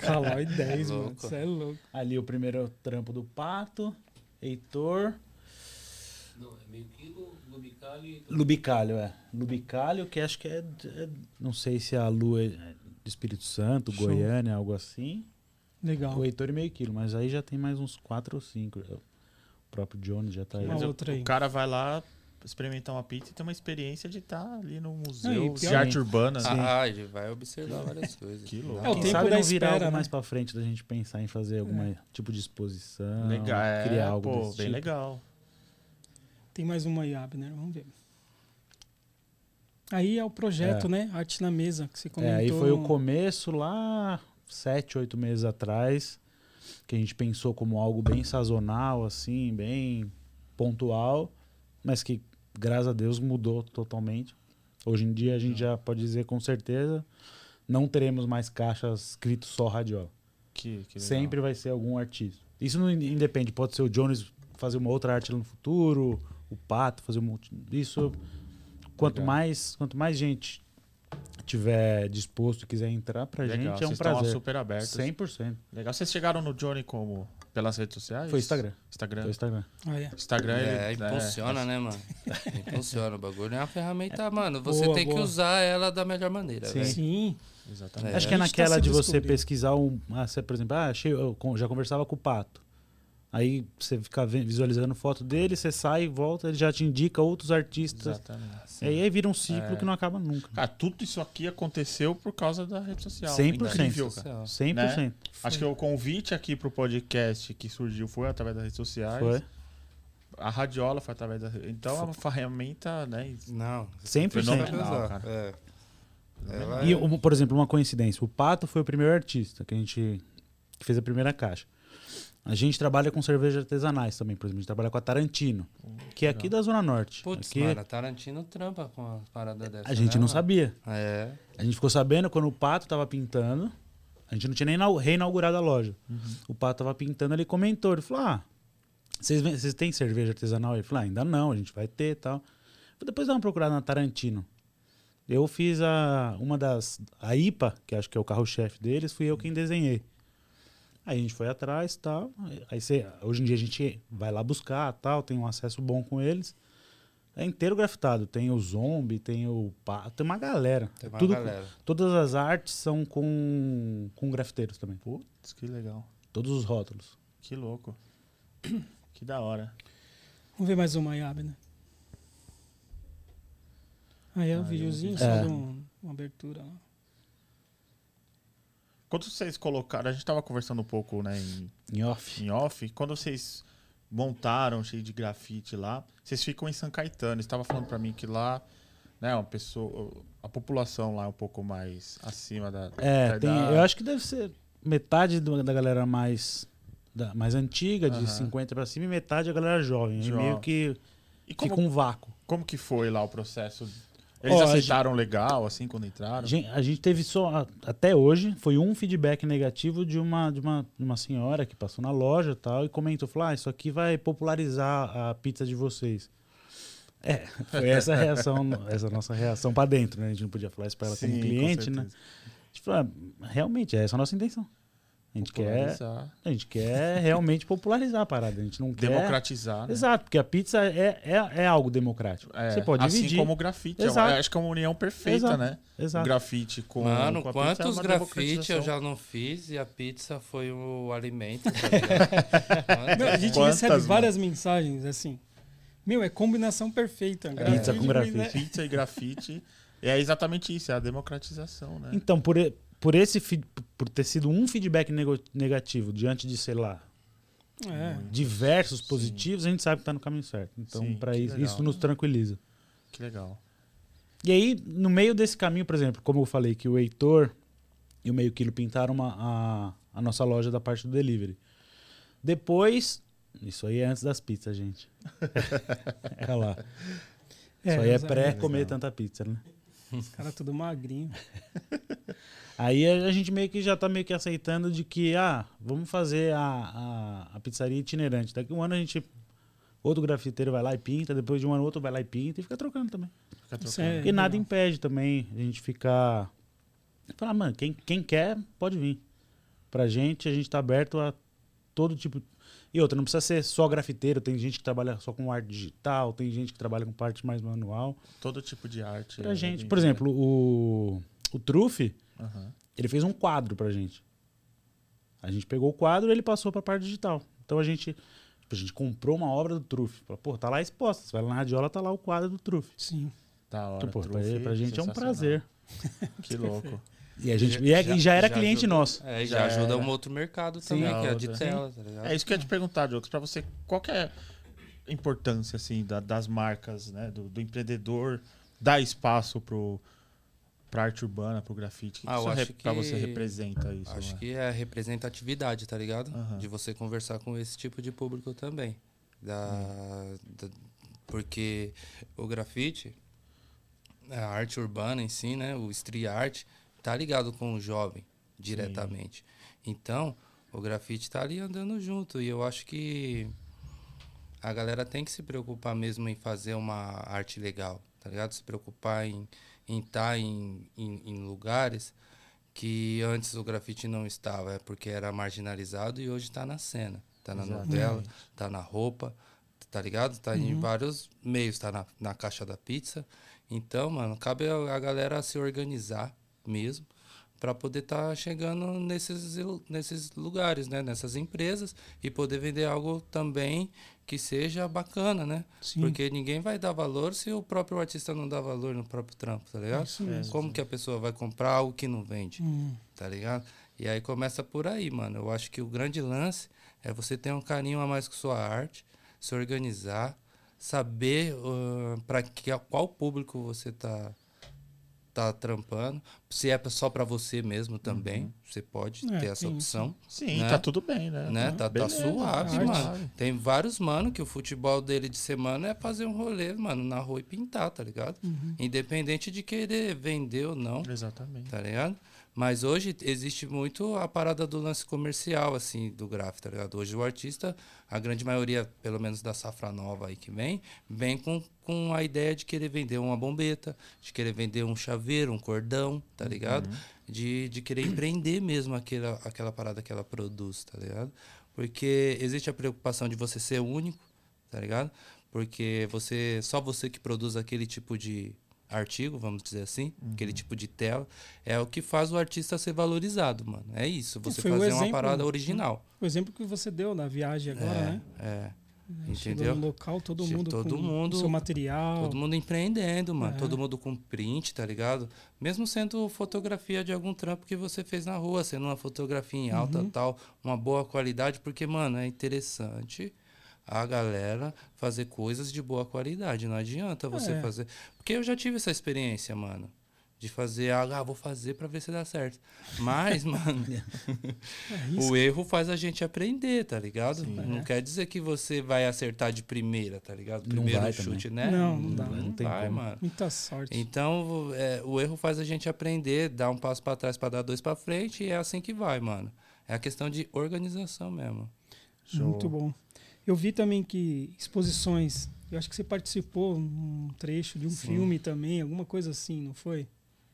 [SPEAKER 2] Calói 10, mano.
[SPEAKER 4] Louco.
[SPEAKER 2] Isso é louco.
[SPEAKER 3] Ali o primeiro trampo do pato, Heitor.
[SPEAKER 5] Não, é meio quilo, Lubicali.
[SPEAKER 3] Lubicalho, é. Lubicalho, que acho que é. é- não sei se a Lu é de Espírito Santo,
[SPEAKER 2] Show.
[SPEAKER 3] Goiânia, algo assim.
[SPEAKER 2] Legal.
[SPEAKER 3] O Heitor e meio quilo, mas aí já tem mais uns 4 ou 5. O próprio Johnny já tá aí.
[SPEAKER 2] Uma
[SPEAKER 1] Mas o-
[SPEAKER 2] outra aí.
[SPEAKER 1] O cara vai lá experimentar uma pizza e tem uma experiência de estar ali no
[SPEAKER 2] Não, e
[SPEAKER 1] museu de
[SPEAKER 2] pior-
[SPEAKER 1] arte urbana. né?
[SPEAKER 4] Ah, ele vai observar várias coisas.
[SPEAKER 1] Que louco.
[SPEAKER 2] É
[SPEAKER 4] Da
[SPEAKER 2] o
[SPEAKER 4] hora.
[SPEAKER 3] Quem
[SPEAKER 2] tempo
[SPEAKER 3] sabe
[SPEAKER 2] da
[SPEAKER 3] não virar
[SPEAKER 2] espera,
[SPEAKER 3] algo
[SPEAKER 2] né?
[SPEAKER 3] mais pra frente da gente pensar em fazer algum tipo de exposição.
[SPEAKER 1] legal. É,
[SPEAKER 3] Criar algo
[SPEAKER 1] pô,
[SPEAKER 3] desse
[SPEAKER 1] bem
[SPEAKER 3] tipo.
[SPEAKER 1] legal.
[SPEAKER 2] Tem mais uma aí, Abner. Vamos ver. Aí é o projeto,
[SPEAKER 3] É.
[SPEAKER 2] né? Arte na mesa, que você comentou.
[SPEAKER 3] É, aí foi o
[SPEAKER 2] no-
[SPEAKER 3] começo lá, sete, oito meses atrás, que a gente pensou como algo bem sazonal, assim, bem pontual, mas que, graças a Deus, mudou totalmente. Hoje em dia a gente já pode dizer com certeza, não teremos mais caixas escrito só radiola.
[SPEAKER 1] Que, que legal.
[SPEAKER 3] Sempre vai ser algum artista. Isso não in- independe, pode ser o Jones fazer uma outra arte lá no futuro, o Pato fazer um multi- isso quanto
[SPEAKER 1] Legal.
[SPEAKER 3] mais, quanto mais gente tiver disposto e quiser entrar pra
[SPEAKER 1] legal.
[SPEAKER 3] gente é um
[SPEAKER 1] Vocês estão lá
[SPEAKER 3] prazer.
[SPEAKER 1] super abertos.
[SPEAKER 3] 100%.
[SPEAKER 1] Legal. Vocês chegaram no Johnny como? Pelas redes sociais?
[SPEAKER 3] Foi Instagram.
[SPEAKER 1] Instagram.
[SPEAKER 3] Foi Instagram.
[SPEAKER 2] Ah, é.
[SPEAKER 1] Instagram
[SPEAKER 4] É,
[SPEAKER 1] ele,
[SPEAKER 4] impulsiona, né, mano? Impulsiona o bagulho. É uma ferramenta, mano. Você
[SPEAKER 2] Boa,
[SPEAKER 4] tem que
[SPEAKER 2] boa.
[SPEAKER 4] usar ela da melhor maneira,
[SPEAKER 3] Sim.
[SPEAKER 4] velho.
[SPEAKER 2] Sim.
[SPEAKER 1] Exatamente.
[SPEAKER 3] Acho
[SPEAKER 4] É.
[SPEAKER 3] que é
[SPEAKER 2] A gente tá
[SPEAKER 3] naquela
[SPEAKER 2] se
[SPEAKER 3] de você
[SPEAKER 2] descobrindo.
[SPEAKER 3] pesquisar um, ah, você, por exemplo, ah, achei, eu con- já conversava com o Pato. Aí você fica ve- visualizando foto dele, você sai, volta, ele já te indica outros artistas.
[SPEAKER 1] Exatamente.
[SPEAKER 3] E aí vira um ciclo
[SPEAKER 1] É.
[SPEAKER 3] que não acaba nunca.
[SPEAKER 1] Cara, tudo isso aqui aconteceu por causa da rede social.
[SPEAKER 3] 100%.
[SPEAKER 1] Incrível, cara.
[SPEAKER 4] Social.
[SPEAKER 3] 100%.
[SPEAKER 1] Acho que o convite aqui pro podcast que surgiu foi através das redes sociais.
[SPEAKER 3] Foi.
[SPEAKER 1] A radiola foi através da. Então é uma ferramenta, né?
[SPEAKER 4] Não.
[SPEAKER 1] Fenômeno.
[SPEAKER 3] 100%.
[SPEAKER 1] Fenomenal,
[SPEAKER 4] cara.
[SPEAKER 1] cara.
[SPEAKER 4] É. Ela
[SPEAKER 3] E,
[SPEAKER 4] é-
[SPEAKER 3] um- por exemplo, uma coincidência. O Pato foi o primeiro artista que a gente que fez a primeira caixa. A gente trabalha com cervejas artesanais também, por exemplo. A gente trabalha com a Tarantino, que é aqui da Zona Norte.
[SPEAKER 4] Putz,
[SPEAKER 3] Aqui
[SPEAKER 4] mano, a Tarantino trampa com uma parada dessa.
[SPEAKER 3] a gente
[SPEAKER 4] né,
[SPEAKER 3] não
[SPEAKER 4] mano?
[SPEAKER 3] sabia.
[SPEAKER 4] É.
[SPEAKER 3] A gente ficou sabendo quando o Pato tava pintando. A gente não tinha nem inau- reinaugurado a loja.
[SPEAKER 4] Uhum.
[SPEAKER 3] O Pato tava pintando, ele comentou. Ele falou, ah, vocês ven- vocês têm cerveja artesanal? Ele falou, ah, ainda não, a gente vai ter e tal. Eu falei, Depois dá uma procurada na Tarantino. Eu fiz a, uma das... A IPA, que acho que é o carro-chefe deles, fui eu quem desenhei. Aí a gente foi atrás e tal. Aí você, hoje em dia a gente vai lá buscar tal, tem um acesso bom com eles. É inteiro grafitado. Tem o Zombie, tem o Pato, tem uma galera.
[SPEAKER 4] Tem
[SPEAKER 3] É
[SPEAKER 4] uma
[SPEAKER 3] tudo,
[SPEAKER 4] galera.
[SPEAKER 3] Todas as artes são com, com grafiteiros também.
[SPEAKER 1] Putz, que legal.
[SPEAKER 3] Todos os rótulos.
[SPEAKER 1] Que louco. Que da hora.
[SPEAKER 2] Vamos ver mais uma aí, Abner. Aí é o
[SPEAKER 1] Ah, eu
[SPEAKER 2] videozinho,
[SPEAKER 1] vi.
[SPEAKER 2] só
[SPEAKER 3] É.
[SPEAKER 2] de um- uma abertura lá.
[SPEAKER 1] Quando vocês colocaram, a gente tava conversando um pouco, né, em,
[SPEAKER 3] Em off.
[SPEAKER 1] em off, quando vocês montaram cheio de grafite lá, vocês ficam em São Caetano. Estava falando pra mim que lá, né, uma pessoa, a população lá é um pouco mais acima da
[SPEAKER 3] É,
[SPEAKER 1] da
[SPEAKER 3] tem,
[SPEAKER 1] idade.
[SPEAKER 3] eu acho que deve ser metade do- da galera mais, da- mais antiga, de
[SPEAKER 1] Aham.
[SPEAKER 3] 50 pra cima, e metade a galera jovem. E
[SPEAKER 1] Jovem.
[SPEAKER 3] meio que
[SPEAKER 1] E como,
[SPEAKER 3] fica um vácuo.
[SPEAKER 1] como que foi lá o processo? Eles
[SPEAKER 3] Ó, a
[SPEAKER 1] aceitaram legal assim quando entraram?
[SPEAKER 3] Gen- A gente teve só, a- até hoje, foi um feedback negativo de uma, de uma, de uma senhora que passou na loja e tal e comentou, falou, ah, isso aqui vai popularizar a pizza de vocês. É, foi essa a reação, essa nossa reação pra dentro, né? A gente não podia falar isso pra ela
[SPEAKER 1] Sim,
[SPEAKER 3] como
[SPEAKER 1] com
[SPEAKER 3] cliente, né?
[SPEAKER 1] certeza.
[SPEAKER 3] A gente falou, ah, realmente, essa é a nossa intenção. A gente quer,
[SPEAKER 1] Popularizar,
[SPEAKER 3] a gente quer realmente popularizar a parada. A gente não quer.
[SPEAKER 1] democratizar. né?
[SPEAKER 3] Exato, porque a pizza é, é, é algo democrático.
[SPEAKER 1] É,
[SPEAKER 3] Você pode
[SPEAKER 1] assim
[SPEAKER 3] dividir.
[SPEAKER 1] como o grafite.
[SPEAKER 3] Exato.
[SPEAKER 1] É uma, acho que é uma união perfeita,
[SPEAKER 3] Exato.
[SPEAKER 1] né? O
[SPEAKER 3] Exato.
[SPEAKER 1] grafite com,
[SPEAKER 4] Mano,
[SPEAKER 1] com a pizza é
[SPEAKER 4] quantos
[SPEAKER 1] uma
[SPEAKER 4] grafites eu
[SPEAKER 1] democratização.
[SPEAKER 4] já não fiz e a pizza foi o alimento. tá ligado?
[SPEAKER 2] Não, a gente
[SPEAKER 1] Quantas,
[SPEAKER 2] recebe
[SPEAKER 1] mano?
[SPEAKER 2] várias mensagens assim. Meu, é combinação perfeita.
[SPEAKER 3] Pizza com grafite.
[SPEAKER 2] né?
[SPEAKER 1] Pizza e grafite. É exatamente isso, é a democratização, né?
[SPEAKER 3] Então, por, e- por esse feed- por ter sido um feedback nego- negativo diante de, sei lá,
[SPEAKER 2] É.
[SPEAKER 3] diversos positivos, a gente sabe que tá no caminho certo. Então,
[SPEAKER 1] Sim,
[SPEAKER 3] para
[SPEAKER 1] que
[SPEAKER 3] isso,
[SPEAKER 1] legal.
[SPEAKER 3] isso nos tranquiliza.
[SPEAKER 1] Que legal.
[SPEAKER 3] E aí, no meio desse caminho, por exemplo, como eu falei que o Heitor e o Meio Quilo pintaram uma- a, a nossa loja da parte do delivery. Depois, isso aí é antes das pizzas, gente. Era lá. isso aí é
[SPEAKER 2] mas
[SPEAKER 3] pré-comer tanta pizza, né?
[SPEAKER 2] Os caras tudo magrinho.
[SPEAKER 3] Aí a a gente meio que já tá meio que aceitando de que, ah, vamos fazer a, a, a pizzaria itinerante. Daqui um ano a gente. Outro grafiteiro vai lá e pinta, depois de um ano outro vai lá e pinta e fica trocando também.
[SPEAKER 1] Fica
[SPEAKER 2] Isso
[SPEAKER 1] trocando.
[SPEAKER 2] é-
[SPEAKER 3] Porque nada
[SPEAKER 2] legal.
[SPEAKER 3] impede também a gente ficar. Falar, mano, quem, quem quer pode vir. Pra gente, a gente tá aberto a todo tipo. E outra, não precisa ser só grafiteiro, tem gente que trabalha só com arte digital, tem gente que trabalha com parte mais manual.
[SPEAKER 1] Todo tipo de arte.
[SPEAKER 3] é Pra
[SPEAKER 1] é
[SPEAKER 3] gente,
[SPEAKER 1] bem-
[SPEAKER 3] por exemplo, o, o Trufe,
[SPEAKER 1] Aham.
[SPEAKER 3] ele fez um quadro pra gente. A gente pegou o quadro e ele passou pra parte digital. Então a gente, a gente comprou uma obra do Trufe. Falou, Pô, tá lá exposta. Você vai lá na radiola, tá lá o quadro do Trufe.
[SPEAKER 2] Sim.
[SPEAKER 1] Da hora.
[SPEAKER 3] Então, pô, pra,
[SPEAKER 1] trufe,
[SPEAKER 3] pra gente é um
[SPEAKER 1] sensacional.
[SPEAKER 3] prazer.
[SPEAKER 1] Que louco.
[SPEAKER 3] E, a gente,
[SPEAKER 4] Já-
[SPEAKER 3] e, é- e já era
[SPEAKER 4] já
[SPEAKER 3] cliente
[SPEAKER 4] ajuda.
[SPEAKER 3] nosso.
[SPEAKER 4] É, e
[SPEAKER 1] Já
[SPEAKER 4] já ajuda
[SPEAKER 1] era.
[SPEAKER 4] um outro mercado
[SPEAKER 1] Sim.
[SPEAKER 4] também, que é de
[SPEAKER 1] Sim.
[SPEAKER 4] tela, tá ligado?
[SPEAKER 1] É isso que eu ia te perguntar, Jogos. Pra você, qual que é a importância assim, da- das marcas, né? Do, do empreendedor dar espaço pro, pra arte urbana, pro grafite? O que,
[SPEAKER 4] Ah, eu
[SPEAKER 1] isso
[SPEAKER 4] acho
[SPEAKER 1] re- pra
[SPEAKER 4] que-
[SPEAKER 1] você representa isso?
[SPEAKER 4] Acho
[SPEAKER 1] né?
[SPEAKER 4] que é a representatividade, tá ligado?
[SPEAKER 1] Aham.
[SPEAKER 4] De você conversar com esse tipo de público também.
[SPEAKER 1] Hum.
[SPEAKER 4] Da, da- porque o grafite, a arte urbana em si, né? O street art, tá ligado com o jovem diretamente. Então, o grafite tá ali andando junto. E eu acho que a galera tem que se preocupar mesmo em fazer uma arte legal, tá ligado? Se preocupar em estar em, em, em lugares que antes o grafite não estava, é porque era marginalizado e hoje está na cena, está na
[SPEAKER 1] Exatamente.
[SPEAKER 4] novela, está na roupa, tá ligado? Está em
[SPEAKER 2] Uhum.
[SPEAKER 4] vários meios, está na, na caixa da pizza. Então, mano, cabe a, a galera se organizar mesmo para poder estar chegando nesses, ilu- nesses lugares, né? nessas empresas e poder vender algo também que seja bacana, né?
[SPEAKER 2] Sim.
[SPEAKER 4] Porque ninguém vai dar valor se o próprio artista não dá valor no próprio trampo, tá ligado?
[SPEAKER 2] Isso
[SPEAKER 4] Como que a pessoa vai comprar algo que não vende,
[SPEAKER 2] Hum.
[SPEAKER 4] tá ligado? E aí começa por aí, mano. Eu acho que o grande lance é você ter um carinho a mais com sua arte, se organizar, saber para qual público você tá tá trampando, se é só para você mesmo também, você pode
[SPEAKER 2] É,
[SPEAKER 4] ter essa
[SPEAKER 2] tem isso.
[SPEAKER 4] opção
[SPEAKER 1] Sim,
[SPEAKER 4] né?
[SPEAKER 1] tá tudo bem, né?
[SPEAKER 4] né? Tá, tá
[SPEAKER 1] Beleza,
[SPEAKER 4] suave,
[SPEAKER 1] tá
[SPEAKER 4] mano.
[SPEAKER 1] suave.
[SPEAKER 4] Tem vários mano que o futebol dele de semana é fazer um rolê, mano, na rua e pintar, tá ligado?
[SPEAKER 1] Uhum.
[SPEAKER 4] Independente de querer vender ou não,
[SPEAKER 1] Exatamente.
[SPEAKER 4] tá ligado? Mas hoje existe muito a parada do lance comercial, assim, do gráfico, tá ligado? Hoje o artista, a grande maioria, pelo menos da safra nova aí que vem, vem com, com a ideia de querer vender uma bombeta, de querer vender um chaveiro, um cordão, tá ligado? De, de querer empreender mesmo aquela, aquela parada que ela produz, tá ligado? Porque existe a preocupação de você ser único, tá ligado? Porque você só você que produz aquele tipo de artigo, vamos dizer assim,
[SPEAKER 2] Uhum.
[SPEAKER 4] aquele tipo de tela, é o que faz o artista ser valorizado, mano. É isso, você
[SPEAKER 2] foi o
[SPEAKER 4] fazer
[SPEAKER 2] exemplo,
[SPEAKER 4] uma parada
[SPEAKER 2] né?
[SPEAKER 4] original.
[SPEAKER 2] O exemplo que você deu na viagem agora,
[SPEAKER 4] é,
[SPEAKER 2] né?
[SPEAKER 4] é.
[SPEAKER 2] Chegou
[SPEAKER 4] Entendeu?
[SPEAKER 2] no local, todo
[SPEAKER 4] Chega
[SPEAKER 2] mundo
[SPEAKER 4] todo
[SPEAKER 2] com
[SPEAKER 4] mundo-
[SPEAKER 2] o seu material.
[SPEAKER 4] Todo mundo empreendendo, mano.
[SPEAKER 2] É.
[SPEAKER 4] Todo mundo com print, tá ligado? Mesmo sendo fotografia de algum trampo que você fez na rua, sendo uma fotografia
[SPEAKER 2] Uhum.
[SPEAKER 4] em alta tal, uma boa qualidade, porque, mano, é interessante a galera fazer coisas de boa qualidade. Não adianta você
[SPEAKER 2] É.
[SPEAKER 4] fazer. Porque eu já tive essa experiência, mano. De fazer, ah, ah, vou fazer pra ver se dá certo. Mas, mano,
[SPEAKER 2] É isso.
[SPEAKER 4] o erro faz a gente aprender, tá ligado? não
[SPEAKER 2] É.
[SPEAKER 4] quer dizer que você vai acertar de primeira, tá ligado?
[SPEAKER 3] Não
[SPEAKER 4] Primeiro
[SPEAKER 3] vai
[SPEAKER 4] chute, né?
[SPEAKER 2] Não, não dá.
[SPEAKER 4] Não,
[SPEAKER 3] Não tem
[SPEAKER 4] vai,
[SPEAKER 3] como.
[SPEAKER 4] mano.
[SPEAKER 2] Muita sorte.
[SPEAKER 4] Então, é, o erro faz a gente aprender, dar um passo pra trás pra dar dois pra frente e é assim que vai, mano. É a questão de organização mesmo.
[SPEAKER 1] Show.
[SPEAKER 2] Muito bom. Eu vi também que exposições. Eu acho que você participou um trecho de um
[SPEAKER 4] Sim.
[SPEAKER 2] filme também, alguma coisa assim, não foi?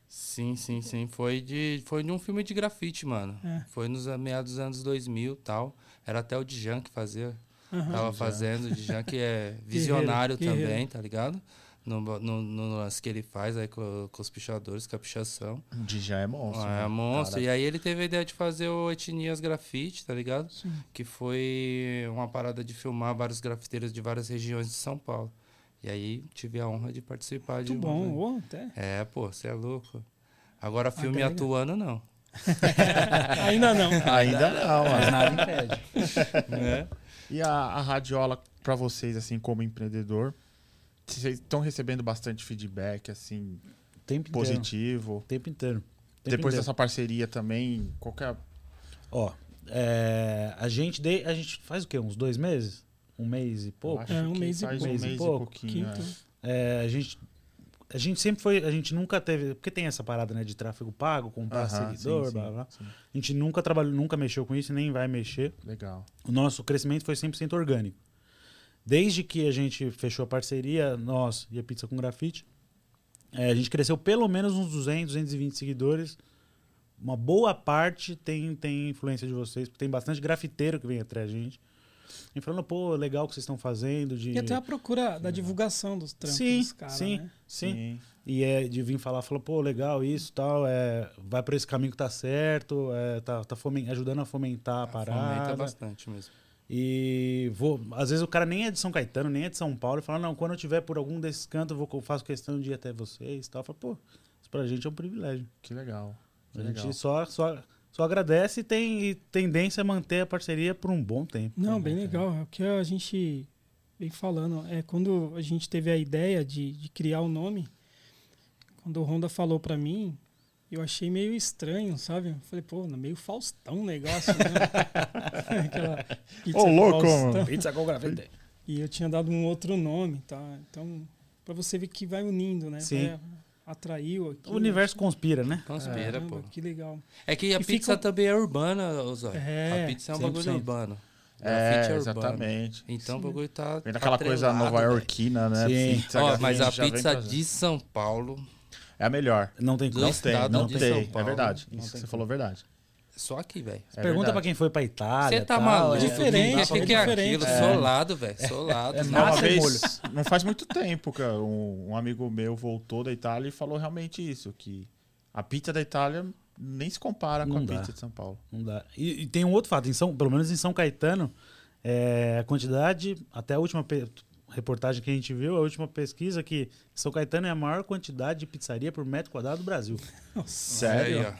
[SPEAKER 4] Sim, sim, sim. Foi de, foi de um filme de grafite, mano.
[SPEAKER 2] É.
[SPEAKER 4] Foi nos a- meados dos anos 2000 e tal. Era até o Djan que fazia.
[SPEAKER 2] Aham.
[SPEAKER 4] Tava fazendo, o Djan que é visionário
[SPEAKER 2] guerreiro.
[SPEAKER 4] também, tá ligado? No, no, no lance que ele faz aí com, com os pichadores, com a pichação.
[SPEAKER 1] O DJ é monstro.
[SPEAKER 4] Ah, é
[SPEAKER 1] né,
[SPEAKER 4] monstro.
[SPEAKER 1] cara?
[SPEAKER 4] E aí ele teve a ideia de fazer o Etnias Grafite, tá ligado?
[SPEAKER 2] Sim.
[SPEAKER 4] Que foi uma parada de filmar vários grafiteiros de várias regiões de São Paulo. E aí tive a honra de participar de
[SPEAKER 2] Muito
[SPEAKER 4] uma,
[SPEAKER 2] bom, ô,
[SPEAKER 4] né?
[SPEAKER 2] até.
[SPEAKER 4] É, pô, você é louco.
[SPEAKER 3] Ah,
[SPEAKER 4] Agora
[SPEAKER 3] tá
[SPEAKER 4] filme
[SPEAKER 2] Agrega.
[SPEAKER 4] atuando, não.
[SPEAKER 2] Ainda não.
[SPEAKER 1] Ainda não,
[SPEAKER 6] Mas
[SPEAKER 1] mano.
[SPEAKER 6] nada impede.
[SPEAKER 4] né?
[SPEAKER 1] E a, a radiola, pra vocês, assim, como empreendedor, vocês estão recebendo bastante feedback, assim,
[SPEAKER 3] O tempo inteiro.
[SPEAKER 1] positivo.
[SPEAKER 3] O tempo inteiro. O tempo
[SPEAKER 1] Depois
[SPEAKER 3] inteiro.
[SPEAKER 1] dessa parceria também, é qualquer.
[SPEAKER 3] Ó, é, a, gente de, a gente faz o quê? Uns dois meses? Um mês e pouco?
[SPEAKER 1] acho
[SPEAKER 2] É, um
[SPEAKER 1] que
[SPEAKER 2] mês e
[SPEAKER 1] faz
[SPEAKER 3] pouco.
[SPEAKER 1] um mês e
[SPEAKER 3] Pouco,
[SPEAKER 1] pouquinho.
[SPEAKER 2] quinto.
[SPEAKER 1] é.
[SPEAKER 3] É, a gente. A gente sempre foi. A gente nunca teve. Porque tem essa parada, né? De tráfego pago, comprar
[SPEAKER 1] Aham,
[SPEAKER 3] seguidor,
[SPEAKER 1] sim,
[SPEAKER 3] blá
[SPEAKER 1] sim,
[SPEAKER 3] blá. blá.
[SPEAKER 1] sim.
[SPEAKER 3] A gente nunca trabalhou, nunca mexeu com isso, nem vai mexer.
[SPEAKER 1] Legal.
[SPEAKER 3] O nosso crescimento foi 100% orgânico. Desde que a gente fechou a parceria, nós e a Pizza com Grafite, eh, a gente cresceu pelo menos uns 200, 220 seguidores. Uma boa parte tem, tem influência de vocês, porque tem bastante grafiteiro que vem atrás da gente. E falando, pô, legal o que vocês estão fazendo. De...
[SPEAKER 2] E até a procura da divulgação dos trampos
[SPEAKER 3] Sim,
[SPEAKER 2] dos caras,
[SPEAKER 3] sim,
[SPEAKER 2] né?
[SPEAKER 3] sim. E é de vir falar, falou, pô, legal isso tal, é, vai por esse caminho que tá certo, é, tá, tá fomen- ajudando a fomentar a
[SPEAKER 4] Fomenta
[SPEAKER 3] parada.
[SPEAKER 4] bastante mesmo.
[SPEAKER 3] E vou. Às vezes o cara nem é de São Caetano, nem é de São Paulo, e fala: não, quando eu tiver por algum desses cantos, eu vou, eu faço questão de ir até vocês e tal. Fala, pô, isso pra gente é um privilégio.
[SPEAKER 1] Que legal. Que
[SPEAKER 3] a
[SPEAKER 1] legal.
[SPEAKER 3] gente só, só, só agradece e tem e tendência a manter a parceria por um bom tempo.
[SPEAKER 2] Não, bem legal. É o que a gente vem falando. É quando a gente teve a ideia de, de criar o nome, quando o Honda falou pra mim, eu achei meio estranho, sabe? Eu falei, pô, meio Faustão o negócio, né? Aquela pizza
[SPEAKER 1] Ô,
[SPEAKER 2] do
[SPEAKER 1] louco,
[SPEAKER 2] Faustão.
[SPEAKER 1] mano.
[SPEAKER 6] Pizza com grafite.
[SPEAKER 2] E eu tinha dado um outro nome, tá? Então, pra você ver que vai unindo, né?
[SPEAKER 3] Sim.
[SPEAKER 2] Vai- atraiu aqui.
[SPEAKER 3] O universo conspira, né?
[SPEAKER 4] Conspira, pô.
[SPEAKER 2] Que legal.
[SPEAKER 4] É que a
[SPEAKER 2] E
[SPEAKER 4] pizza
[SPEAKER 2] fica-
[SPEAKER 4] também é urbana, ô Zóio.
[SPEAKER 2] É,
[SPEAKER 4] a pizza é um
[SPEAKER 3] 100%.
[SPEAKER 4] bagulho urbano.
[SPEAKER 1] É,
[SPEAKER 4] Grafite
[SPEAKER 1] exatamente.
[SPEAKER 4] Então o bagulho tá.
[SPEAKER 1] Vem daquela coisa
[SPEAKER 4] atrelado,
[SPEAKER 1] nova
[SPEAKER 4] velho.
[SPEAKER 1] iorquina, né?
[SPEAKER 3] Sim.
[SPEAKER 1] Pizza
[SPEAKER 4] Ó,
[SPEAKER 1] grafite
[SPEAKER 4] mas a
[SPEAKER 1] já vem
[SPEAKER 4] pizza
[SPEAKER 1] trazendo.
[SPEAKER 4] de São Paulo
[SPEAKER 1] É a melhor.
[SPEAKER 3] Não tem
[SPEAKER 4] Do
[SPEAKER 3] como.
[SPEAKER 1] Não tem,
[SPEAKER 4] estado
[SPEAKER 1] não
[SPEAKER 4] de
[SPEAKER 1] tem.
[SPEAKER 4] São
[SPEAKER 1] É
[SPEAKER 4] Paulo.
[SPEAKER 1] verdade.
[SPEAKER 3] Não
[SPEAKER 1] Isso que
[SPEAKER 3] tem
[SPEAKER 1] você falou é verdade.
[SPEAKER 4] é só aqui, velho.
[SPEAKER 1] É
[SPEAKER 3] Pergunta pra
[SPEAKER 1] verdade.
[SPEAKER 3] quem foi pra Itália.
[SPEAKER 4] Você tá
[SPEAKER 3] tal,
[SPEAKER 4] maluco?
[SPEAKER 3] é-
[SPEAKER 2] Diferente,
[SPEAKER 4] O que, que é
[SPEAKER 2] diferente.
[SPEAKER 4] aquilo? Solado, velho. Solado.
[SPEAKER 1] Não, uma
[SPEAKER 3] Massa e molho.
[SPEAKER 1] vez, não faz muito tempo, cara, um, um amigo meu voltou da Itália e falou realmente isso, que a pizza da Itália nem se compara com
[SPEAKER 3] Não
[SPEAKER 1] a
[SPEAKER 3] dá.
[SPEAKER 1] pizza de São Paulo.
[SPEAKER 3] Não dá. E, e tem um outro fato, em São, pelo menos em São Caetano, é, a quantidade, até a última pe- reportagem que a gente viu, a última pesquisa, que São Caetano é a maior quantidade de pizzaria por metro quadrado do Brasil.
[SPEAKER 1] Sério?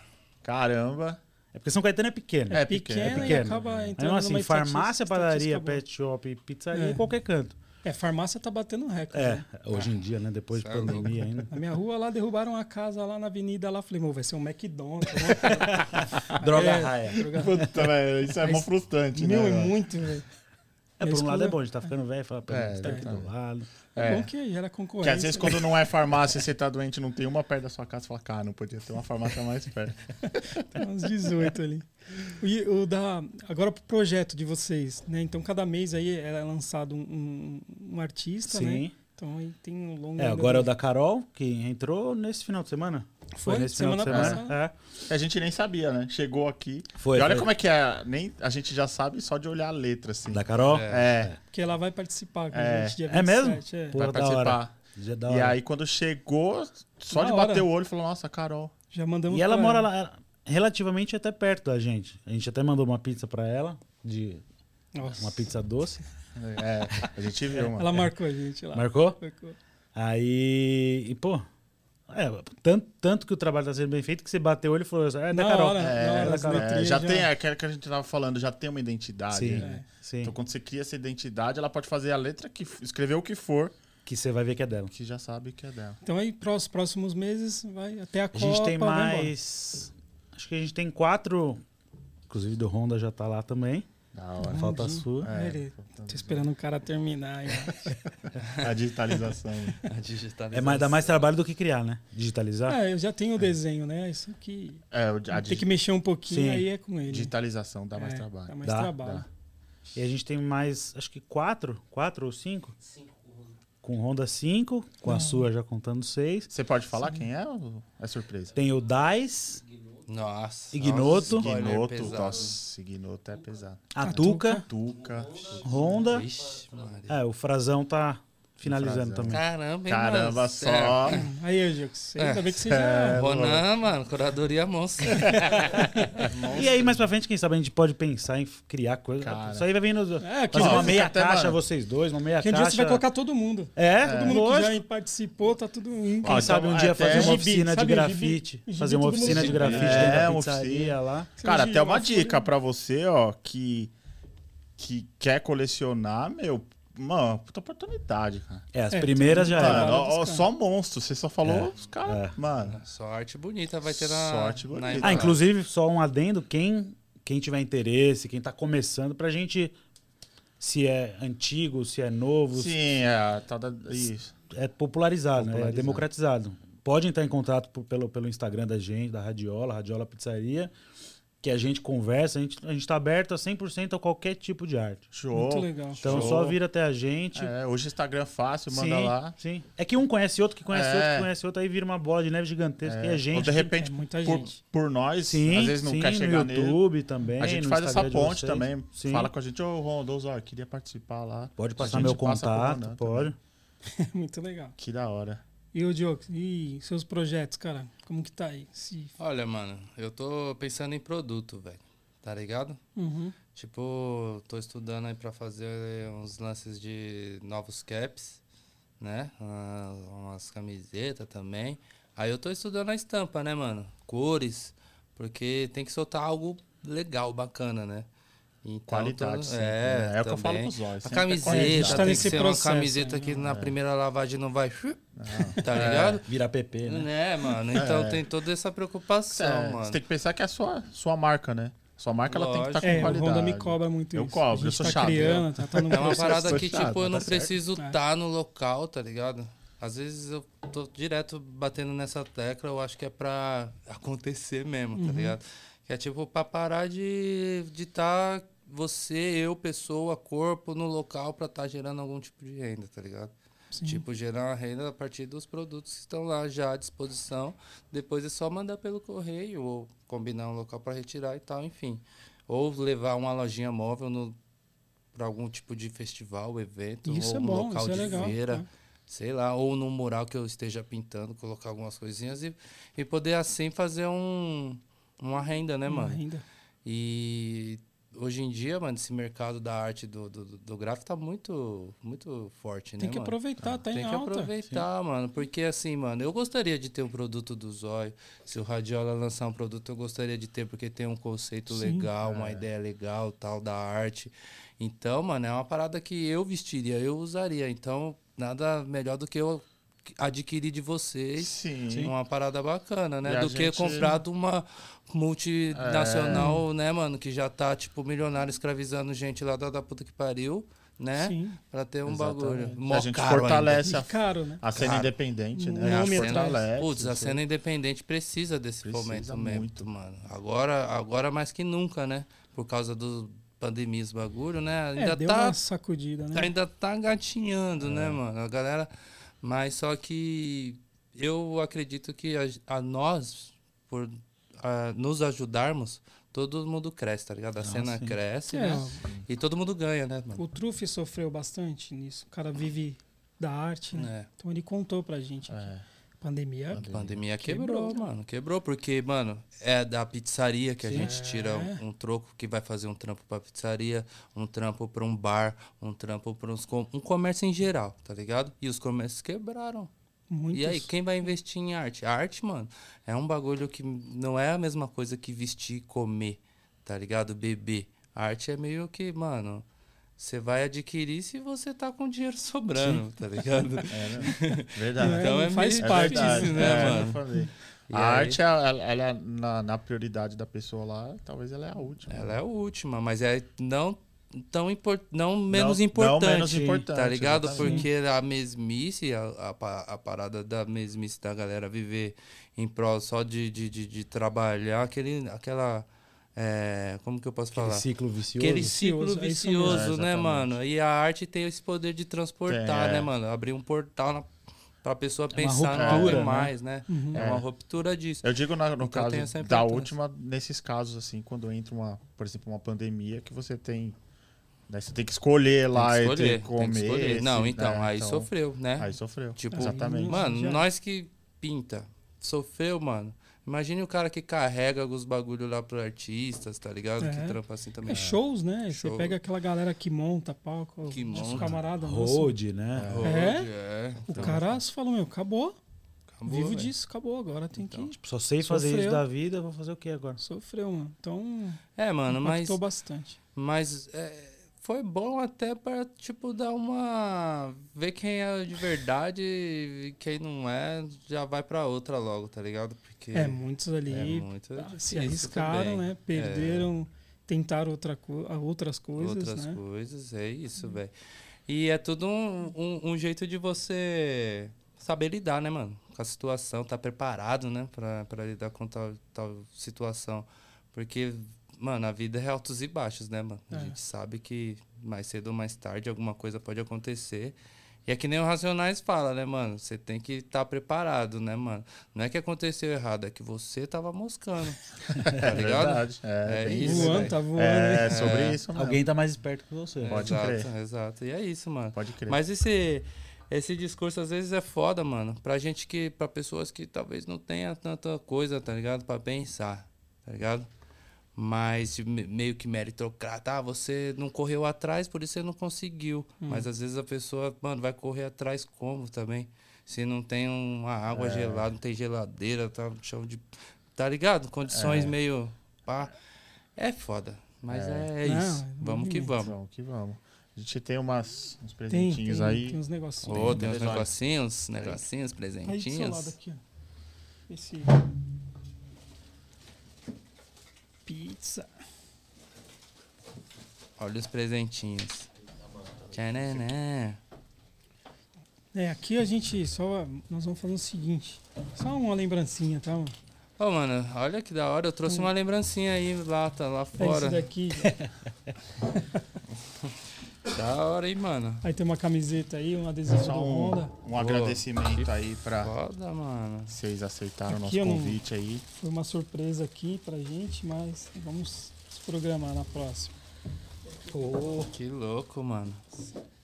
[SPEAKER 1] Caramba.
[SPEAKER 3] É porque São Caetano é pequeno.
[SPEAKER 1] É
[SPEAKER 2] Pequena,
[SPEAKER 1] pequeno.
[SPEAKER 2] e
[SPEAKER 3] pequeno.
[SPEAKER 2] acaba entrando
[SPEAKER 3] Então, assim,
[SPEAKER 2] numa
[SPEAKER 3] farmácia,
[SPEAKER 2] estatística-
[SPEAKER 3] padaria,
[SPEAKER 2] estatística boa.
[SPEAKER 3] pet shop, pizzaria,
[SPEAKER 2] É.
[SPEAKER 3] em qualquer canto.
[SPEAKER 2] É, farmácia tá batendo recorde.
[SPEAKER 3] É,
[SPEAKER 2] né?
[SPEAKER 3] hoje em dia, né? Depois de
[SPEAKER 4] Isso é louco.
[SPEAKER 3] pandemia ainda.
[SPEAKER 2] Na minha rua lá derrubaram uma casa lá na avenida lá. Falei, meu, vai ser um McDonald's. É.
[SPEAKER 3] Droga raia.
[SPEAKER 2] droga.
[SPEAKER 1] Puta, velho, isso é mó frustrante, né?
[SPEAKER 2] Meu, é
[SPEAKER 1] velho?
[SPEAKER 2] muito, velho.
[SPEAKER 3] É, por
[SPEAKER 2] Isso
[SPEAKER 3] um
[SPEAKER 2] que
[SPEAKER 3] lado
[SPEAKER 2] eu-
[SPEAKER 3] é bom, a gente tá ficando velho, fala, pelo
[SPEAKER 1] É,
[SPEAKER 3] menos tá aqui do
[SPEAKER 1] verdade.
[SPEAKER 3] lado.
[SPEAKER 2] É bom
[SPEAKER 1] É.
[SPEAKER 2] que era
[SPEAKER 1] Que
[SPEAKER 2] concorrência.
[SPEAKER 1] às vezes quando não é farmácia, você tá doente, não tem uma perto da sua casa, você fala, cara, não podia ter uma farmácia mais perto.
[SPEAKER 2] Tem né? Uns 18 ali. E o da, agora pro projeto de vocês, né? Então cada mês aí é lançado um, um, um artista, né?
[SPEAKER 3] Sim.
[SPEAKER 2] Então aí tem um longo...
[SPEAKER 3] É, agora é o da Carol, que entrou nesse final de semana.
[SPEAKER 2] Foi,
[SPEAKER 3] nesse
[SPEAKER 2] semana
[SPEAKER 3] final de
[SPEAKER 2] passada.
[SPEAKER 3] semana. É.
[SPEAKER 1] A gente nem sabia, né? Chegou aqui.
[SPEAKER 3] Foi.
[SPEAKER 1] e olha
[SPEAKER 3] foi.
[SPEAKER 1] como é que é, nem, a gente já sabe só de olhar a letra, assim.
[SPEAKER 3] Da Carol?
[SPEAKER 4] É.
[SPEAKER 1] É,
[SPEAKER 2] Porque ela vai participar com a
[SPEAKER 1] É.
[SPEAKER 2] gente dia
[SPEAKER 3] É mesmo?
[SPEAKER 2] 27. É
[SPEAKER 3] Pô,
[SPEAKER 1] vai
[SPEAKER 3] da
[SPEAKER 1] participar.
[SPEAKER 3] hora. Já é da
[SPEAKER 1] E
[SPEAKER 3] hora.
[SPEAKER 1] aí, quando chegou, só
[SPEAKER 2] Na
[SPEAKER 1] de bater
[SPEAKER 2] hora.
[SPEAKER 1] o olho, falou, nossa, Carol.
[SPEAKER 2] Já mandamos
[SPEAKER 3] E ela
[SPEAKER 2] pra
[SPEAKER 3] mora lá ela- relativamente até perto da gente. A gente até mandou uma pizza pra ela, de
[SPEAKER 2] Nossa.
[SPEAKER 3] uma pizza doce.
[SPEAKER 1] É, a gente viu, mano. É.
[SPEAKER 2] Ela marcou a gente lá.
[SPEAKER 3] Marcou?
[SPEAKER 2] Marcou.
[SPEAKER 3] Aí, e pô, é, tanto, tanto que o trabalho tá sendo bem feito que você bateu o olho e falou, é da
[SPEAKER 2] Na
[SPEAKER 3] Carol.
[SPEAKER 2] hora,
[SPEAKER 1] É,
[SPEAKER 2] na hora,
[SPEAKER 1] ela-
[SPEAKER 2] as
[SPEAKER 1] é,
[SPEAKER 2] letrinhas
[SPEAKER 1] já tem aquela que a gente tava falando, já tem uma identidade.
[SPEAKER 3] Sim,
[SPEAKER 1] né?
[SPEAKER 3] sim.
[SPEAKER 1] Então quando você cria essa identidade, ela pode fazer a letra que f- escrever o que for,
[SPEAKER 3] Que você vai ver que é dela.
[SPEAKER 1] que já sabe que é dela.
[SPEAKER 2] Então aí, para os próximos meses, vai até a,
[SPEAKER 3] A
[SPEAKER 2] Copa.
[SPEAKER 3] gente tem
[SPEAKER 2] vai embora.
[SPEAKER 3] mais... Acho que a gente tem quatro... Inclusive do Honda já tá lá também.
[SPEAKER 1] Da hora.
[SPEAKER 3] Falta a sua.
[SPEAKER 1] É,
[SPEAKER 2] Ele-
[SPEAKER 1] faltando
[SPEAKER 2] Tô esperando o cara terminar. aí, ó.
[SPEAKER 1] a digitalização.
[SPEAKER 4] A digitalização.
[SPEAKER 3] É mais, dá mais trabalho do que criar, né? Digitalizar.
[SPEAKER 2] Ah, eu já tenho o desenho, né? Isso aqui.
[SPEAKER 1] É, o di- a
[SPEAKER 2] Tem que
[SPEAKER 1] digi-
[SPEAKER 2] mexer um pouquinho,
[SPEAKER 3] Sim.
[SPEAKER 2] aí é com ele.
[SPEAKER 1] digitalização dá mais
[SPEAKER 2] É, Dá
[SPEAKER 1] trabalho.
[SPEAKER 2] mais
[SPEAKER 3] Dá,
[SPEAKER 2] trabalho.
[SPEAKER 1] dá.
[SPEAKER 3] E a gente tem mais, acho que quatro, quatro ou cinco.
[SPEAKER 5] Cinco.
[SPEAKER 3] com Honda 5, com a sua já contando 6.
[SPEAKER 1] Você pode falar quem é? ou É surpresa.
[SPEAKER 3] Tem o Dice,
[SPEAKER 4] Nossa.
[SPEAKER 3] Ignoto.
[SPEAKER 4] nossa, spoiler
[SPEAKER 1] Ignoto, tá
[SPEAKER 4] é pesado.
[SPEAKER 1] nossa, Ignoto é pesado.
[SPEAKER 3] a
[SPEAKER 2] A
[SPEAKER 3] Tuca,
[SPEAKER 1] Tuca.
[SPEAKER 3] Honda.
[SPEAKER 4] Ixi, Maria.
[SPEAKER 3] É, o Frazão tá finalizando
[SPEAKER 1] Frazão.
[SPEAKER 3] também.
[SPEAKER 4] Caramba, hein,
[SPEAKER 1] Caramba,
[SPEAKER 4] mano?
[SPEAKER 1] só.
[SPEAKER 4] É,
[SPEAKER 2] Aí, Eugênio, você- ainda bem que você
[SPEAKER 1] É.
[SPEAKER 2] já.
[SPEAKER 4] Ronan, mano, curadoria monstro.
[SPEAKER 3] E aí, mais pra frente, quem sabe a gente pode pensar em f- criar coisa.
[SPEAKER 1] Cara.
[SPEAKER 3] Isso aí vai vindo.
[SPEAKER 2] É, que,
[SPEAKER 3] Fazer
[SPEAKER 1] Ó,
[SPEAKER 3] uma
[SPEAKER 1] fica
[SPEAKER 3] meia
[SPEAKER 1] até,
[SPEAKER 3] caixa,
[SPEAKER 1] mano.
[SPEAKER 3] vocês dois, uma meia
[SPEAKER 2] que um
[SPEAKER 3] caixa.
[SPEAKER 2] dia você vai colocar todo mundo.
[SPEAKER 3] É,
[SPEAKER 2] Todo mundo que já participou, tá tudo um.
[SPEAKER 3] Quem
[SPEAKER 1] Ó,
[SPEAKER 3] sabe
[SPEAKER 1] então,
[SPEAKER 3] um dia
[SPEAKER 1] até-
[SPEAKER 3] fazer uma
[SPEAKER 2] Gibi,
[SPEAKER 3] oficina
[SPEAKER 2] sabe
[SPEAKER 3] de
[SPEAKER 2] o gibi?
[SPEAKER 3] grafite.
[SPEAKER 2] O gibi
[SPEAKER 3] Fazer uma
[SPEAKER 2] todo mundo
[SPEAKER 3] oficina de
[SPEAKER 2] tem.
[SPEAKER 3] grafite
[SPEAKER 1] É,
[SPEAKER 3] dentro da
[SPEAKER 1] uma
[SPEAKER 3] pizzaria
[SPEAKER 1] oficina.
[SPEAKER 3] lá.
[SPEAKER 1] Cara, até uma
[SPEAKER 2] folha.
[SPEAKER 1] dica pra você, ó, que, que quer colecionar, meu, mano, puta oportunidade, cara.
[SPEAKER 3] É, as
[SPEAKER 2] É,
[SPEAKER 3] primeiras já
[SPEAKER 2] todo mundo
[SPEAKER 1] Mano,
[SPEAKER 3] era.
[SPEAKER 2] trabalha.
[SPEAKER 1] ó, ó,
[SPEAKER 2] buscar.
[SPEAKER 1] só monstro, você só falou
[SPEAKER 3] É,
[SPEAKER 1] os caras, mano.
[SPEAKER 4] Só arte bonita vai ter na.
[SPEAKER 1] Sorte bonita.
[SPEAKER 4] na
[SPEAKER 1] Ah,
[SPEAKER 3] Ah,
[SPEAKER 4] embalagem.
[SPEAKER 3] inclusive, só um adendo, quem, quem tiver interesse, quem tá começando, pra gente, se é antigo, se é novo, se
[SPEAKER 1] Sim, é, tá da, isso.
[SPEAKER 3] é popularizado, né? é
[SPEAKER 1] Popularizado.
[SPEAKER 3] democratizado. Pode entrar em contato por- pelo, pelo Instagram da gente, da Radiola, Radiola Pizzaria, que a gente conversa, a gente, a gente tá aberto a 100% a qualquer tipo de arte.
[SPEAKER 1] Show.
[SPEAKER 2] Muito legal.
[SPEAKER 3] Então
[SPEAKER 1] Show.
[SPEAKER 3] só vir até a gente.
[SPEAKER 1] É, hoje o Instagram é fácil, manda
[SPEAKER 3] sim,
[SPEAKER 1] lá.
[SPEAKER 3] Sim. É que um conhece outro, que conhece
[SPEAKER 1] É.
[SPEAKER 3] outro, que conhece outro, aí vira uma bola de neve gigantesca. E a
[SPEAKER 1] Ou
[SPEAKER 3] gente.
[SPEAKER 1] de repente,
[SPEAKER 2] é muita
[SPEAKER 1] por,
[SPEAKER 2] gente.
[SPEAKER 1] por nós,
[SPEAKER 3] Sim,
[SPEAKER 1] às vezes não
[SPEAKER 3] sim,
[SPEAKER 1] quer chegar
[SPEAKER 3] no
[SPEAKER 1] nele.
[SPEAKER 3] YouTube também.
[SPEAKER 1] A gente
[SPEAKER 3] no
[SPEAKER 1] faz essa
[SPEAKER 3] Instagram de
[SPEAKER 1] ponte
[SPEAKER 3] vocês.
[SPEAKER 1] também.
[SPEAKER 3] Sim.
[SPEAKER 1] Fala com a gente, ô Rondos, ó, queria participar lá.
[SPEAKER 3] Pode
[SPEAKER 1] A
[SPEAKER 3] passar
[SPEAKER 1] gente
[SPEAKER 3] meu
[SPEAKER 1] passa pro
[SPEAKER 3] contato,
[SPEAKER 4] né?
[SPEAKER 1] Ronan
[SPEAKER 3] pode.
[SPEAKER 2] é Muito legal.
[SPEAKER 1] Que da hora.
[SPEAKER 2] E o Diogo, e seus projetos, cara? Como que tá aí? Se...
[SPEAKER 4] Olha, mano, eu tô pensando em produto, velho. Tá ligado?
[SPEAKER 2] Uhum.
[SPEAKER 4] Tipo, tô estudando aí pra fazer uns lances de novos caps, né? Ah, umas camisetas também. Aí eu tô estudando a estampa, né, mano? Cores, porque tem que soltar algo legal, bacana, né? Então,
[SPEAKER 1] Qualidade,
[SPEAKER 4] tô-
[SPEAKER 1] sim.
[SPEAKER 4] É,
[SPEAKER 1] É o que eu falo
[SPEAKER 4] também.
[SPEAKER 1] pros olhos,
[SPEAKER 4] A
[SPEAKER 1] sempre é
[SPEAKER 4] camiseta,
[SPEAKER 1] qualidade. É.
[SPEAKER 2] A gente tá
[SPEAKER 4] tem que
[SPEAKER 2] nesse
[SPEAKER 4] ser
[SPEAKER 2] processo,
[SPEAKER 4] uma camiseta
[SPEAKER 2] né?
[SPEAKER 4] que na primeira lavagem não vai...
[SPEAKER 1] Ah.
[SPEAKER 4] Tá ligado?
[SPEAKER 3] Vira PP, né?
[SPEAKER 4] Né, mano? Então tem toda essa preocupação,
[SPEAKER 1] É,
[SPEAKER 4] mano.
[SPEAKER 1] Você tem que pensar que é a sua, sua marca, né? Sua marca ela tem que estar
[SPEAKER 4] Lógico.
[SPEAKER 1] Tá com
[SPEAKER 2] É, o
[SPEAKER 1] qualidade.
[SPEAKER 2] Honda me cobra muito
[SPEAKER 1] Eu
[SPEAKER 2] isso.
[SPEAKER 1] cobro,
[SPEAKER 2] A gente
[SPEAKER 1] eu sou
[SPEAKER 2] tá
[SPEAKER 1] chato, né?
[SPEAKER 2] criando, tá, tá num
[SPEAKER 4] É uma
[SPEAKER 2] processo.
[SPEAKER 4] parada
[SPEAKER 1] sou
[SPEAKER 4] que,
[SPEAKER 1] chato,
[SPEAKER 4] tipo, eu não
[SPEAKER 1] tá certo.
[SPEAKER 4] preciso
[SPEAKER 2] É.
[SPEAKER 4] estar no local, tá ligado? Às vezes eu tô direto batendo nessa tecla, eu acho que é pra acontecer mesmo,
[SPEAKER 1] Uhum.
[SPEAKER 4] tá ligado? Que é tipo pra parar de estar de tá você, eu, pessoa, corpo no local pra estar gerando algum tipo de renda, tá ligado?
[SPEAKER 2] Sim.
[SPEAKER 4] Tipo, gerar uma renda a partir dos produtos que estão lá já à disposição. Depois é só mandar pelo correio ou combinar um local para retirar e tal, enfim. Ou levar uma lojinha móvel para algum tipo de festival, evento,
[SPEAKER 2] Isso
[SPEAKER 4] ou
[SPEAKER 2] é
[SPEAKER 4] um
[SPEAKER 2] bom,
[SPEAKER 4] local
[SPEAKER 2] isso é
[SPEAKER 4] de
[SPEAKER 2] legal,
[SPEAKER 4] feira.
[SPEAKER 2] né?
[SPEAKER 4] Sei lá, ou num mural que eu esteja pintando, colocar algumas coisinhas e, e poder assim fazer um, uma renda, né,
[SPEAKER 2] Uma
[SPEAKER 4] mano?
[SPEAKER 2] renda.
[SPEAKER 4] E hoje em dia, mano, esse mercado da arte do, do, do gráfico tá muito, muito forte, né?
[SPEAKER 2] Tem que
[SPEAKER 4] mano?
[SPEAKER 2] aproveitar, tá em
[SPEAKER 4] Tem que
[SPEAKER 2] alta.
[SPEAKER 4] aproveitar, mano. Porque assim, mano, eu gostaria de ter um produto do Zóio. Se o Radiola lançar um produto, eu gostaria de ter, porque tem um conceito
[SPEAKER 2] Sim.
[SPEAKER 4] legal, uma ideia legal, tal, da arte. Então, mano, é uma parada que eu vestiria, eu usaria. Então, nada melhor do que eu adquirir de vocês.
[SPEAKER 1] Sim.
[SPEAKER 4] Uma parada bacana,
[SPEAKER 1] E
[SPEAKER 4] né?
[SPEAKER 1] a
[SPEAKER 4] Do que
[SPEAKER 1] gente- É.
[SPEAKER 4] comprar de uma multinacional, né, mano? Que já tá, tipo, milionário escravizando gente lá da, da puta que pariu, né? É
[SPEAKER 2] Sim.
[SPEAKER 4] Pra ter um bagulho.
[SPEAKER 1] Exatamente.
[SPEAKER 4] Mó
[SPEAKER 1] A gente
[SPEAKER 4] caro ainda.
[SPEAKER 1] fortalece
[SPEAKER 2] E
[SPEAKER 1] a,
[SPEAKER 2] caro, né?
[SPEAKER 1] a cena
[SPEAKER 4] Cara.
[SPEAKER 1] independente, né?
[SPEAKER 2] É,
[SPEAKER 1] A
[SPEAKER 2] a
[SPEAKER 1] gente
[SPEAKER 2] cena-
[SPEAKER 1] fortalece.
[SPEAKER 4] Putz, a
[SPEAKER 1] isso.
[SPEAKER 4] cena independente precisa desse
[SPEAKER 1] Precisa
[SPEAKER 4] momento
[SPEAKER 1] muito.
[SPEAKER 4] muito, mano. Agora, agora mais que nunca, né? Por causa do pandemia esse bagulho, né?
[SPEAKER 2] É,
[SPEAKER 4] Ainda
[SPEAKER 2] deu
[SPEAKER 4] tá
[SPEAKER 2] uma sacudida, né?
[SPEAKER 4] ainda tá gatinhando, né, mano? A galera, mas só que eu acredito que a, a nós por a nos ajudarmos, todo mundo cresce, tá ligado? A cena cresce,
[SPEAKER 2] É,
[SPEAKER 4] né? E todo mundo ganha, né, mano?
[SPEAKER 2] o Trufe sofreu bastante nisso. O cara vive da arte, né?
[SPEAKER 4] É.
[SPEAKER 2] Então ele contou pra gente.
[SPEAKER 1] É.
[SPEAKER 2] Pandemia.
[SPEAKER 4] A pandemia quebrou,
[SPEAKER 2] Quebrou.
[SPEAKER 4] mano. Quebrou, porque, mano, é da pizzaria que a gente tira
[SPEAKER 2] É.
[SPEAKER 4] um troco que vai fazer um trampo pra pizzaria, um trampo pra um bar, um trampo pra uns com- um comércio em geral, tá ligado? E os comércios quebraram.
[SPEAKER 2] Muitos. É
[SPEAKER 4] E aí, quem vai investir em arte? A arte, mano, é um bagulho que não é a mesma coisa que vestir e comer, tá ligado? Beber. A arte é meio que, mano, você vai adquirir se você tá com dinheiro sobrando, tá ligado?
[SPEAKER 1] Verdade.
[SPEAKER 2] É,
[SPEAKER 4] Então
[SPEAKER 2] não
[SPEAKER 4] é
[SPEAKER 2] faz
[SPEAKER 4] meio
[SPEAKER 2] parte
[SPEAKER 4] difícil,
[SPEAKER 2] isso,
[SPEAKER 4] né,
[SPEAKER 1] É,
[SPEAKER 4] mano?
[SPEAKER 1] eu falei.
[SPEAKER 4] E
[SPEAKER 1] A
[SPEAKER 4] aí-
[SPEAKER 1] arte, ela, ela- na, na prioridade da pessoa lá, talvez ela é a última.
[SPEAKER 4] Ela é a última, mas é não tão impor- não menos
[SPEAKER 1] não
[SPEAKER 4] importante,
[SPEAKER 1] menos importante,
[SPEAKER 4] tá ligado?
[SPEAKER 1] exatamente.
[SPEAKER 4] Porque a mesmice, a, a pa- a parada da mesmice da galera viver em prol só de, de, de, de trabalhar, aquele, aquela é, como que eu posso
[SPEAKER 6] Aquele
[SPEAKER 4] falar?
[SPEAKER 6] ciclo vicioso.
[SPEAKER 4] Aquele ciclo
[SPEAKER 2] Vicioso, é isso mesmo.
[SPEAKER 4] vicioso,
[SPEAKER 1] É,
[SPEAKER 4] né,
[SPEAKER 1] exatamente.
[SPEAKER 4] mano? E a arte tem esse poder de transportar,
[SPEAKER 1] É.
[SPEAKER 4] né, mano? Abrir um portal na, pra pessoa
[SPEAKER 3] É uma
[SPEAKER 4] pensar no
[SPEAKER 3] ruptura,
[SPEAKER 4] algo
[SPEAKER 3] né?
[SPEAKER 4] mais, né? É
[SPEAKER 1] É.
[SPEAKER 4] uma ruptura disso.
[SPEAKER 1] Eu digo na- no
[SPEAKER 4] Então tem essa
[SPEAKER 1] caso da
[SPEAKER 4] importância.
[SPEAKER 1] última, nesses casos, assim, quando entra uma, por exemplo, uma pandemia que você tem. né, você tem que escolher lá
[SPEAKER 4] Tem que
[SPEAKER 1] entre comer.
[SPEAKER 4] tem que escolher. Não,
[SPEAKER 1] esse-
[SPEAKER 4] então,
[SPEAKER 1] né,
[SPEAKER 4] aí sofreu, né?
[SPEAKER 1] Aí sofreu.
[SPEAKER 4] Tipo,
[SPEAKER 1] Exatamente.
[SPEAKER 4] Mano,
[SPEAKER 2] Já-
[SPEAKER 4] nós que pinta, sofreu, mano. Imagine o cara que carrega os bagulho lá pro artistas, tá ligado?
[SPEAKER 2] É.
[SPEAKER 4] Que trampa assim também.
[SPEAKER 2] É shows, né?
[SPEAKER 4] Show.
[SPEAKER 2] Você pega aquela galera que monta palco,
[SPEAKER 4] Que
[SPEAKER 2] nosso
[SPEAKER 4] monta.
[SPEAKER 2] camarada,
[SPEAKER 4] assim.
[SPEAKER 2] nosso-
[SPEAKER 3] Road, né?
[SPEAKER 4] Road, é.
[SPEAKER 2] O cara falou, meu, acabou,
[SPEAKER 4] Acabou,
[SPEAKER 2] vivo
[SPEAKER 4] velho.
[SPEAKER 2] disso, acabou, agora tem
[SPEAKER 4] Então.
[SPEAKER 2] que
[SPEAKER 3] Tipo, só sei fazer
[SPEAKER 2] Sofreu.
[SPEAKER 3] isso da vida, vou fazer o que agora?
[SPEAKER 2] sofrer, mano. Então,
[SPEAKER 4] É, mano, mas,
[SPEAKER 2] impactou bastante.
[SPEAKER 4] mas é, foi bom até pra, tipo, dar uma. ver quem é de verdade e quem não é, já vai pra outra logo, tá ligado? Porque
[SPEAKER 2] É, muitos ali
[SPEAKER 4] é muito
[SPEAKER 2] ah, se
[SPEAKER 4] difícil
[SPEAKER 2] arriscaram,
[SPEAKER 4] também. É.
[SPEAKER 2] né? Perderam, tentaram outra co- ah, outras coisas,
[SPEAKER 4] outras
[SPEAKER 2] né? Uhum.
[SPEAKER 4] coisas, é isso, velho. E é tudo um, um- um jeito de você saber lidar, né, mano? Com a situação, tá preparado, né, pra, pra lidar com tal, tal situação. Porque, mano, a vida é altos e baixos, né, mano? A
[SPEAKER 2] É.
[SPEAKER 4] gente sabe que mais cedo ou mais tarde alguma coisa pode acontecer. E é que nem o Racionais fala, né, mano? Você tem que estar preparado, né, mano? Não é que aconteceu errado, é que você tava moscando. tá
[SPEAKER 1] É
[SPEAKER 4] ligado?
[SPEAKER 1] verdade. É,
[SPEAKER 4] É
[SPEAKER 1] bem
[SPEAKER 4] isso,
[SPEAKER 1] isso.
[SPEAKER 2] voando,
[SPEAKER 4] velho.
[SPEAKER 2] tá voando, né?
[SPEAKER 1] É, sobre isso mesmo.
[SPEAKER 3] Alguém tá mais esperto que você.
[SPEAKER 1] Pode
[SPEAKER 4] exato,
[SPEAKER 1] crer.
[SPEAKER 4] Exato, e é isso, mano.
[SPEAKER 1] Pode crer.
[SPEAKER 4] Mas esse, esse discurso às vezes é foda, mano. Pra gente que. Pra pessoas que talvez não tenha tanta coisa, tá ligado? Pra pensar, tá ligado? Mas me- meio que meritocrata, ah, você não correu atrás, por isso você não conseguiu. Mas às vezes a pessoa, mano, vai correr atrás como também? Se não tem uma água gelada, não tem geladeira, tá no chão de. Tá ligado? Condições meio. Pá. É foda. Mas é,
[SPEAKER 2] Não,
[SPEAKER 4] isso.
[SPEAKER 2] é
[SPEAKER 4] vamos que
[SPEAKER 2] movimento.
[SPEAKER 4] vamos.
[SPEAKER 1] Vamos que vamos. A gente tem umas, uns
[SPEAKER 2] Tem,
[SPEAKER 1] presentinhos
[SPEAKER 2] tem,
[SPEAKER 1] aí.
[SPEAKER 2] tem uns negocinhos.
[SPEAKER 4] Ô, tem uns
[SPEAKER 1] beleza, olha.
[SPEAKER 4] negocinhos, negocinhos,
[SPEAKER 2] Tá aí do seu lado
[SPEAKER 4] presentinhos.
[SPEAKER 2] aqui, ó. Esse. Pizza.
[SPEAKER 4] Olha os presentinhos. Tchananá.
[SPEAKER 2] É, aqui a gente só. Nós vamos fazer o seguinte. Só uma lembrancinha, tá? mano?
[SPEAKER 4] Ô, mano, olha que da hora. Eu trouxe uma lembrancinha aí lá, tá lá
[SPEAKER 2] É isso
[SPEAKER 4] fora.
[SPEAKER 2] daqui.
[SPEAKER 4] Da hora, hein, mano.
[SPEAKER 2] Aí tem uma camiseta aí, um adesivo do
[SPEAKER 1] Só um,
[SPEAKER 2] Honda.
[SPEAKER 1] um agradecimento aí pra
[SPEAKER 4] Foda, mano.
[SPEAKER 1] vocês aceitarem o nosso
[SPEAKER 2] Aqui eu não-
[SPEAKER 1] convite aí.
[SPEAKER 2] Foi uma surpresa aqui pra gente, mas vamos se programar na próxima.
[SPEAKER 4] Que louco, mano.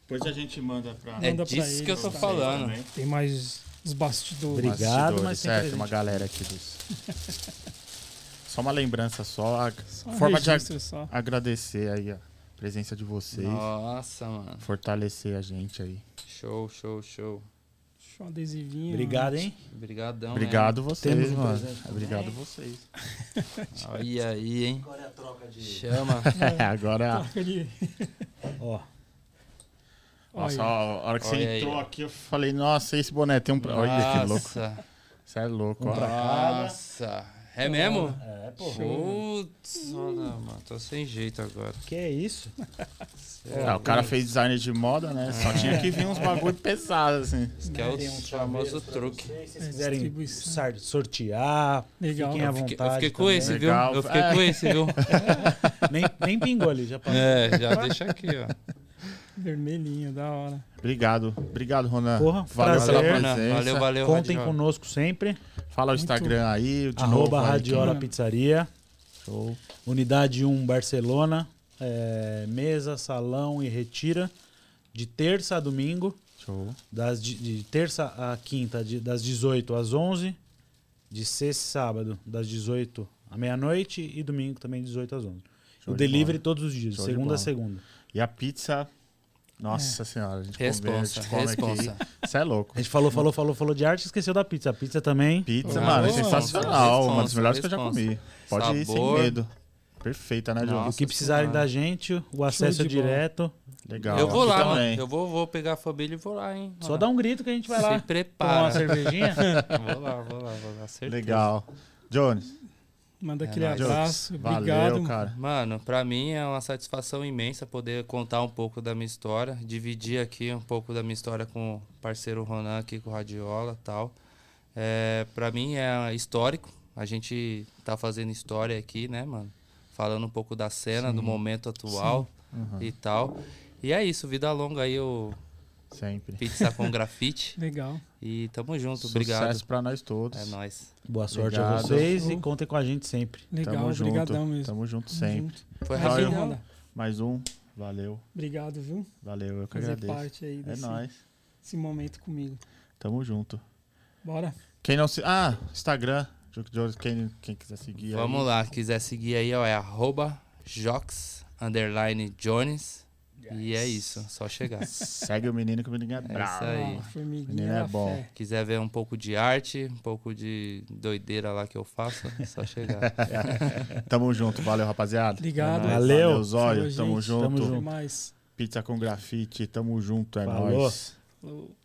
[SPEAKER 1] Depois a gente manda pra.
[SPEAKER 4] É
[SPEAKER 2] Manda pra
[SPEAKER 4] disso que eu
[SPEAKER 2] eles,
[SPEAKER 4] tô
[SPEAKER 2] tá?
[SPEAKER 4] falando.
[SPEAKER 2] Tem mais os bastidores.
[SPEAKER 3] Obrigado.
[SPEAKER 1] Bastidores,
[SPEAKER 3] mas tem
[SPEAKER 1] certo,
[SPEAKER 3] presente.
[SPEAKER 1] uma galera aqui dos. só uma lembrança só, a
[SPEAKER 2] Um
[SPEAKER 1] forma de ag-
[SPEAKER 2] registro só.
[SPEAKER 1] agradecer aí a presença de vocês,
[SPEAKER 4] Nossa, mano.
[SPEAKER 1] fortalecer a gente aí.
[SPEAKER 4] Show, show, show.
[SPEAKER 2] Deixa eu um adesivinho.
[SPEAKER 3] Obrigado, hein?
[SPEAKER 4] Obrigadão,
[SPEAKER 1] Obrigado vocês,
[SPEAKER 3] Temos um
[SPEAKER 1] mano.
[SPEAKER 3] presente
[SPEAKER 1] Obrigado vocês.
[SPEAKER 4] Né? Olha aí, hein?
[SPEAKER 6] Agora é a troca de.
[SPEAKER 4] Chama.
[SPEAKER 1] Agora,
[SPEAKER 2] Troca de-
[SPEAKER 3] Ó,
[SPEAKER 1] nossa,
[SPEAKER 2] Então, Olha,
[SPEAKER 1] ó, a hora que
[SPEAKER 4] Olha
[SPEAKER 1] você
[SPEAKER 4] aí,
[SPEAKER 1] entrou
[SPEAKER 4] ó.
[SPEAKER 1] aqui, eu falei, nossa, esse boné tem um. pra- Olha que louco.
[SPEAKER 4] Nossa.
[SPEAKER 1] Você é louco, ó.
[SPEAKER 4] Nossa. É mesmo?
[SPEAKER 3] é, pô.
[SPEAKER 4] Putz, olha, mano. Tô sem jeito agora. É,
[SPEAKER 3] Que é isso?
[SPEAKER 1] Ah, o cara fez design de moda, né? Só tinha que vir uns bagulho pesado, assim.
[SPEAKER 4] Isso que é o
[SPEAKER 3] Tem um
[SPEAKER 4] famoso
[SPEAKER 3] chaveiro pra
[SPEAKER 4] truque.
[SPEAKER 3] vocês, Se vocês
[SPEAKER 2] É,
[SPEAKER 3] quiserem
[SPEAKER 2] distribuição.
[SPEAKER 3] sar- sortear,
[SPEAKER 2] Legal.
[SPEAKER 3] fiquem à
[SPEAKER 4] Eu
[SPEAKER 3] vontade.
[SPEAKER 4] fiquei, eu fiquei com
[SPEAKER 3] também.
[SPEAKER 4] esse,
[SPEAKER 1] Legal. É.
[SPEAKER 4] viu? Eu fiquei com esse, viu?
[SPEAKER 3] Nem, nem pingou ali, já passou.
[SPEAKER 4] É, já deixa aqui, ó.
[SPEAKER 2] vermelhinho, da hora.
[SPEAKER 1] Obrigado. Obrigado, Ronan.
[SPEAKER 3] Porra,
[SPEAKER 1] valeu
[SPEAKER 3] prazer.
[SPEAKER 1] pela
[SPEAKER 4] Valeu,
[SPEAKER 1] presença.
[SPEAKER 4] Renan. valeu, valeu.
[SPEAKER 3] Contem
[SPEAKER 4] Radial.
[SPEAKER 3] conosco sempre.
[SPEAKER 1] Fala o Instagram aí, de novo.
[SPEAKER 3] arroba
[SPEAKER 1] aí,
[SPEAKER 3] Radiola
[SPEAKER 2] quem-
[SPEAKER 3] Pizzaria.
[SPEAKER 1] quem- Show.
[SPEAKER 3] Unidade 1 Barcelona, é, mesa, salão e retira, de terça a domingo,
[SPEAKER 1] Show.
[SPEAKER 3] das, de, de terça a quinta, de- das 18 às 11, de sexta e sábado, das 18 à meia-noite e domingo também, 18 às 11.
[SPEAKER 1] Show
[SPEAKER 3] o
[SPEAKER 1] de
[SPEAKER 3] delivery
[SPEAKER 1] bola.
[SPEAKER 3] todos os dias,
[SPEAKER 1] Show de
[SPEAKER 3] segunda
[SPEAKER 1] bola.
[SPEAKER 3] a segunda.
[SPEAKER 1] E a pizza. Nossa senhora, a gente
[SPEAKER 4] Responsa,
[SPEAKER 1] come, a gente come
[SPEAKER 4] responsa.
[SPEAKER 1] aqui. Você é louco.
[SPEAKER 3] A gente falou, falou, falou, falou de arte, esqueceu da pizza. A pizza também.
[SPEAKER 1] Pizza,
[SPEAKER 4] Ah,
[SPEAKER 1] mano, é
[SPEAKER 4] responsa,
[SPEAKER 1] sensacional.
[SPEAKER 4] responsa,
[SPEAKER 1] uma das melhores que eu já comi.
[SPEAKER 4] responsa.
[SPEAKER 1] Pode ir sem
[SPEAKER 4] Sabor.
[SPEAKER 1] medo. Perfeita, né, Diogo?
[SPEAKER 4] Nossa.
[SPEAKER 3] O que precisarem
[SPEAKER 4] Senhora.
[SPEAKER 3] da gente, o acesso é
[SPEAKER 2] de bola.
[SPEAKER 3] direto.
[SPEAKER 1] Legal.
[SPEAKER 4] eu vou
[SPEAKER 1] Aqui
[SPEAKER 4] lá,
[SPEAKER 1] também.
[SPEAKER 4] mano. Eu vou, vou pegar a família e vou lá, hein?
[SPEAKER 3] Só dá um grito que a gente vai
[SPEAKER 4] Se
[SPEAKER 3] lá. Tomar uma
[SPEAKER 4] prepara.
[SPEAKER 3] cervejinha.
[SPEAKER 4] vou lá, vou lá, vou lá. Certeza.
[SPEAKER 1] Legal. Jones,
[SPEAKER 2] Manda aquele
[SPEAKER 4] nóis.
[SPEAKER 2] abraço. Obrigado.
[SPEAKER 1] É valeu, cara.
[SPEAKER 4] Mano, pra mim é uma satisfação imensa poder contar um pouco da minha história, dividir aqui um pouco da minha história com o parceiro Ronan aqui com o Radiola e tal. É, pra mim é histórico, a gente tá fazendo história aqui, né, mano? falando um pouco da cena, do momento atual e tal. E é isso, vida longa aí, o
[SPEAKER 1] Sempre.
[SPEAKER 4] Pizza com Grafite.
[SPEAKER 2] Legal.
[SPEAKER 4] E tamo junto,
[SPEAKER 1] Sucesso
[SPEAKER 4] obrigado.
[SPEAKER 1] pra nós todos.
[SPEAKER 4] É nóis.
[SPEAKER 3] Boa sorte a
[SPEAKER 1] Obrigado.
[SPEAKER 3] vocês e contem com a gente sempre.
[SPEAKER 2] Legal.
[SPEAKER 1] Tamo
[SPEAKER 2] Obrigadão
[SPEAKER 1] junto.
[SPEAKER 2] mesmo.
[SPEAKER 1] Tamo junto sempre.
[SPEAKER 4] Foi
[SPEAKER 1] Valeu.
[SPEAKER 4] rapidão. né?
[SPEAKER 2] Obrigado.
[SPEAKER 1] Mais um. Valeu.
[SPEAKER 2] Obrigado, viu?
[SPEAKER 1] Valeu, eu que
[SPEAKER 2] Fazer
[SPEAKER 1] agradeço.
[SPEAKER 2] parte aí
[SPEAKER 1] É
[SPEAKER 2] desse
[SPEAKER 1] nóis.
[SPEAKER 2] esse momento comigo.
[SPEAKER 1] Tamo junto.
[SPEAKER 2] Bora.
[SPEAKER 1] Quem não se. Ah, Instagram. Jogo de Olhos, quem, quem quiser seguir. aí.
[SPEAKER 4] Vamos lá, quiser seguir aí, ó, é arroba jox, underline Jones. E é isso, só chegar.
[SPEAKER 1] Segue o menino que o menino é bravo.
[SPEAKER 4] aí.
[SPEAKER 2] Ah, formiguinha
[SPEAKER 1] Menino é
[SPEAKER 2] da
[SPEAKER 1] bom.
[SPEAKER 2] fé.
[SPEAKER 4] Quiser ver um pouco de arte, um pouco de doideira lá que eu faço, é só chegar.
[SPEAKER 1] Tamo junto. Valeu, rapaziada.
[SPEAKER 2] Obrigado.
[SPEAKER 1] É nóis.
[SPEAKER 3] Valeu.
[SPEAKER 1] Valeu, Zóio.
[SPEAKER 2] Falou,
[SPEAKER 1] Tamo
[SPEAKER 2] gente.
[SPEAKER 1] junto.
[SPEAKER 3] Tamo junto.
[SPEAKER 2] Até mais.
[SPEAKER 1] Pizza com grafite. Tamo junto. É
[SPEAKER 3] Falou.
[SPEAKER 1] nóis.
[SPEAKER 2] Falou.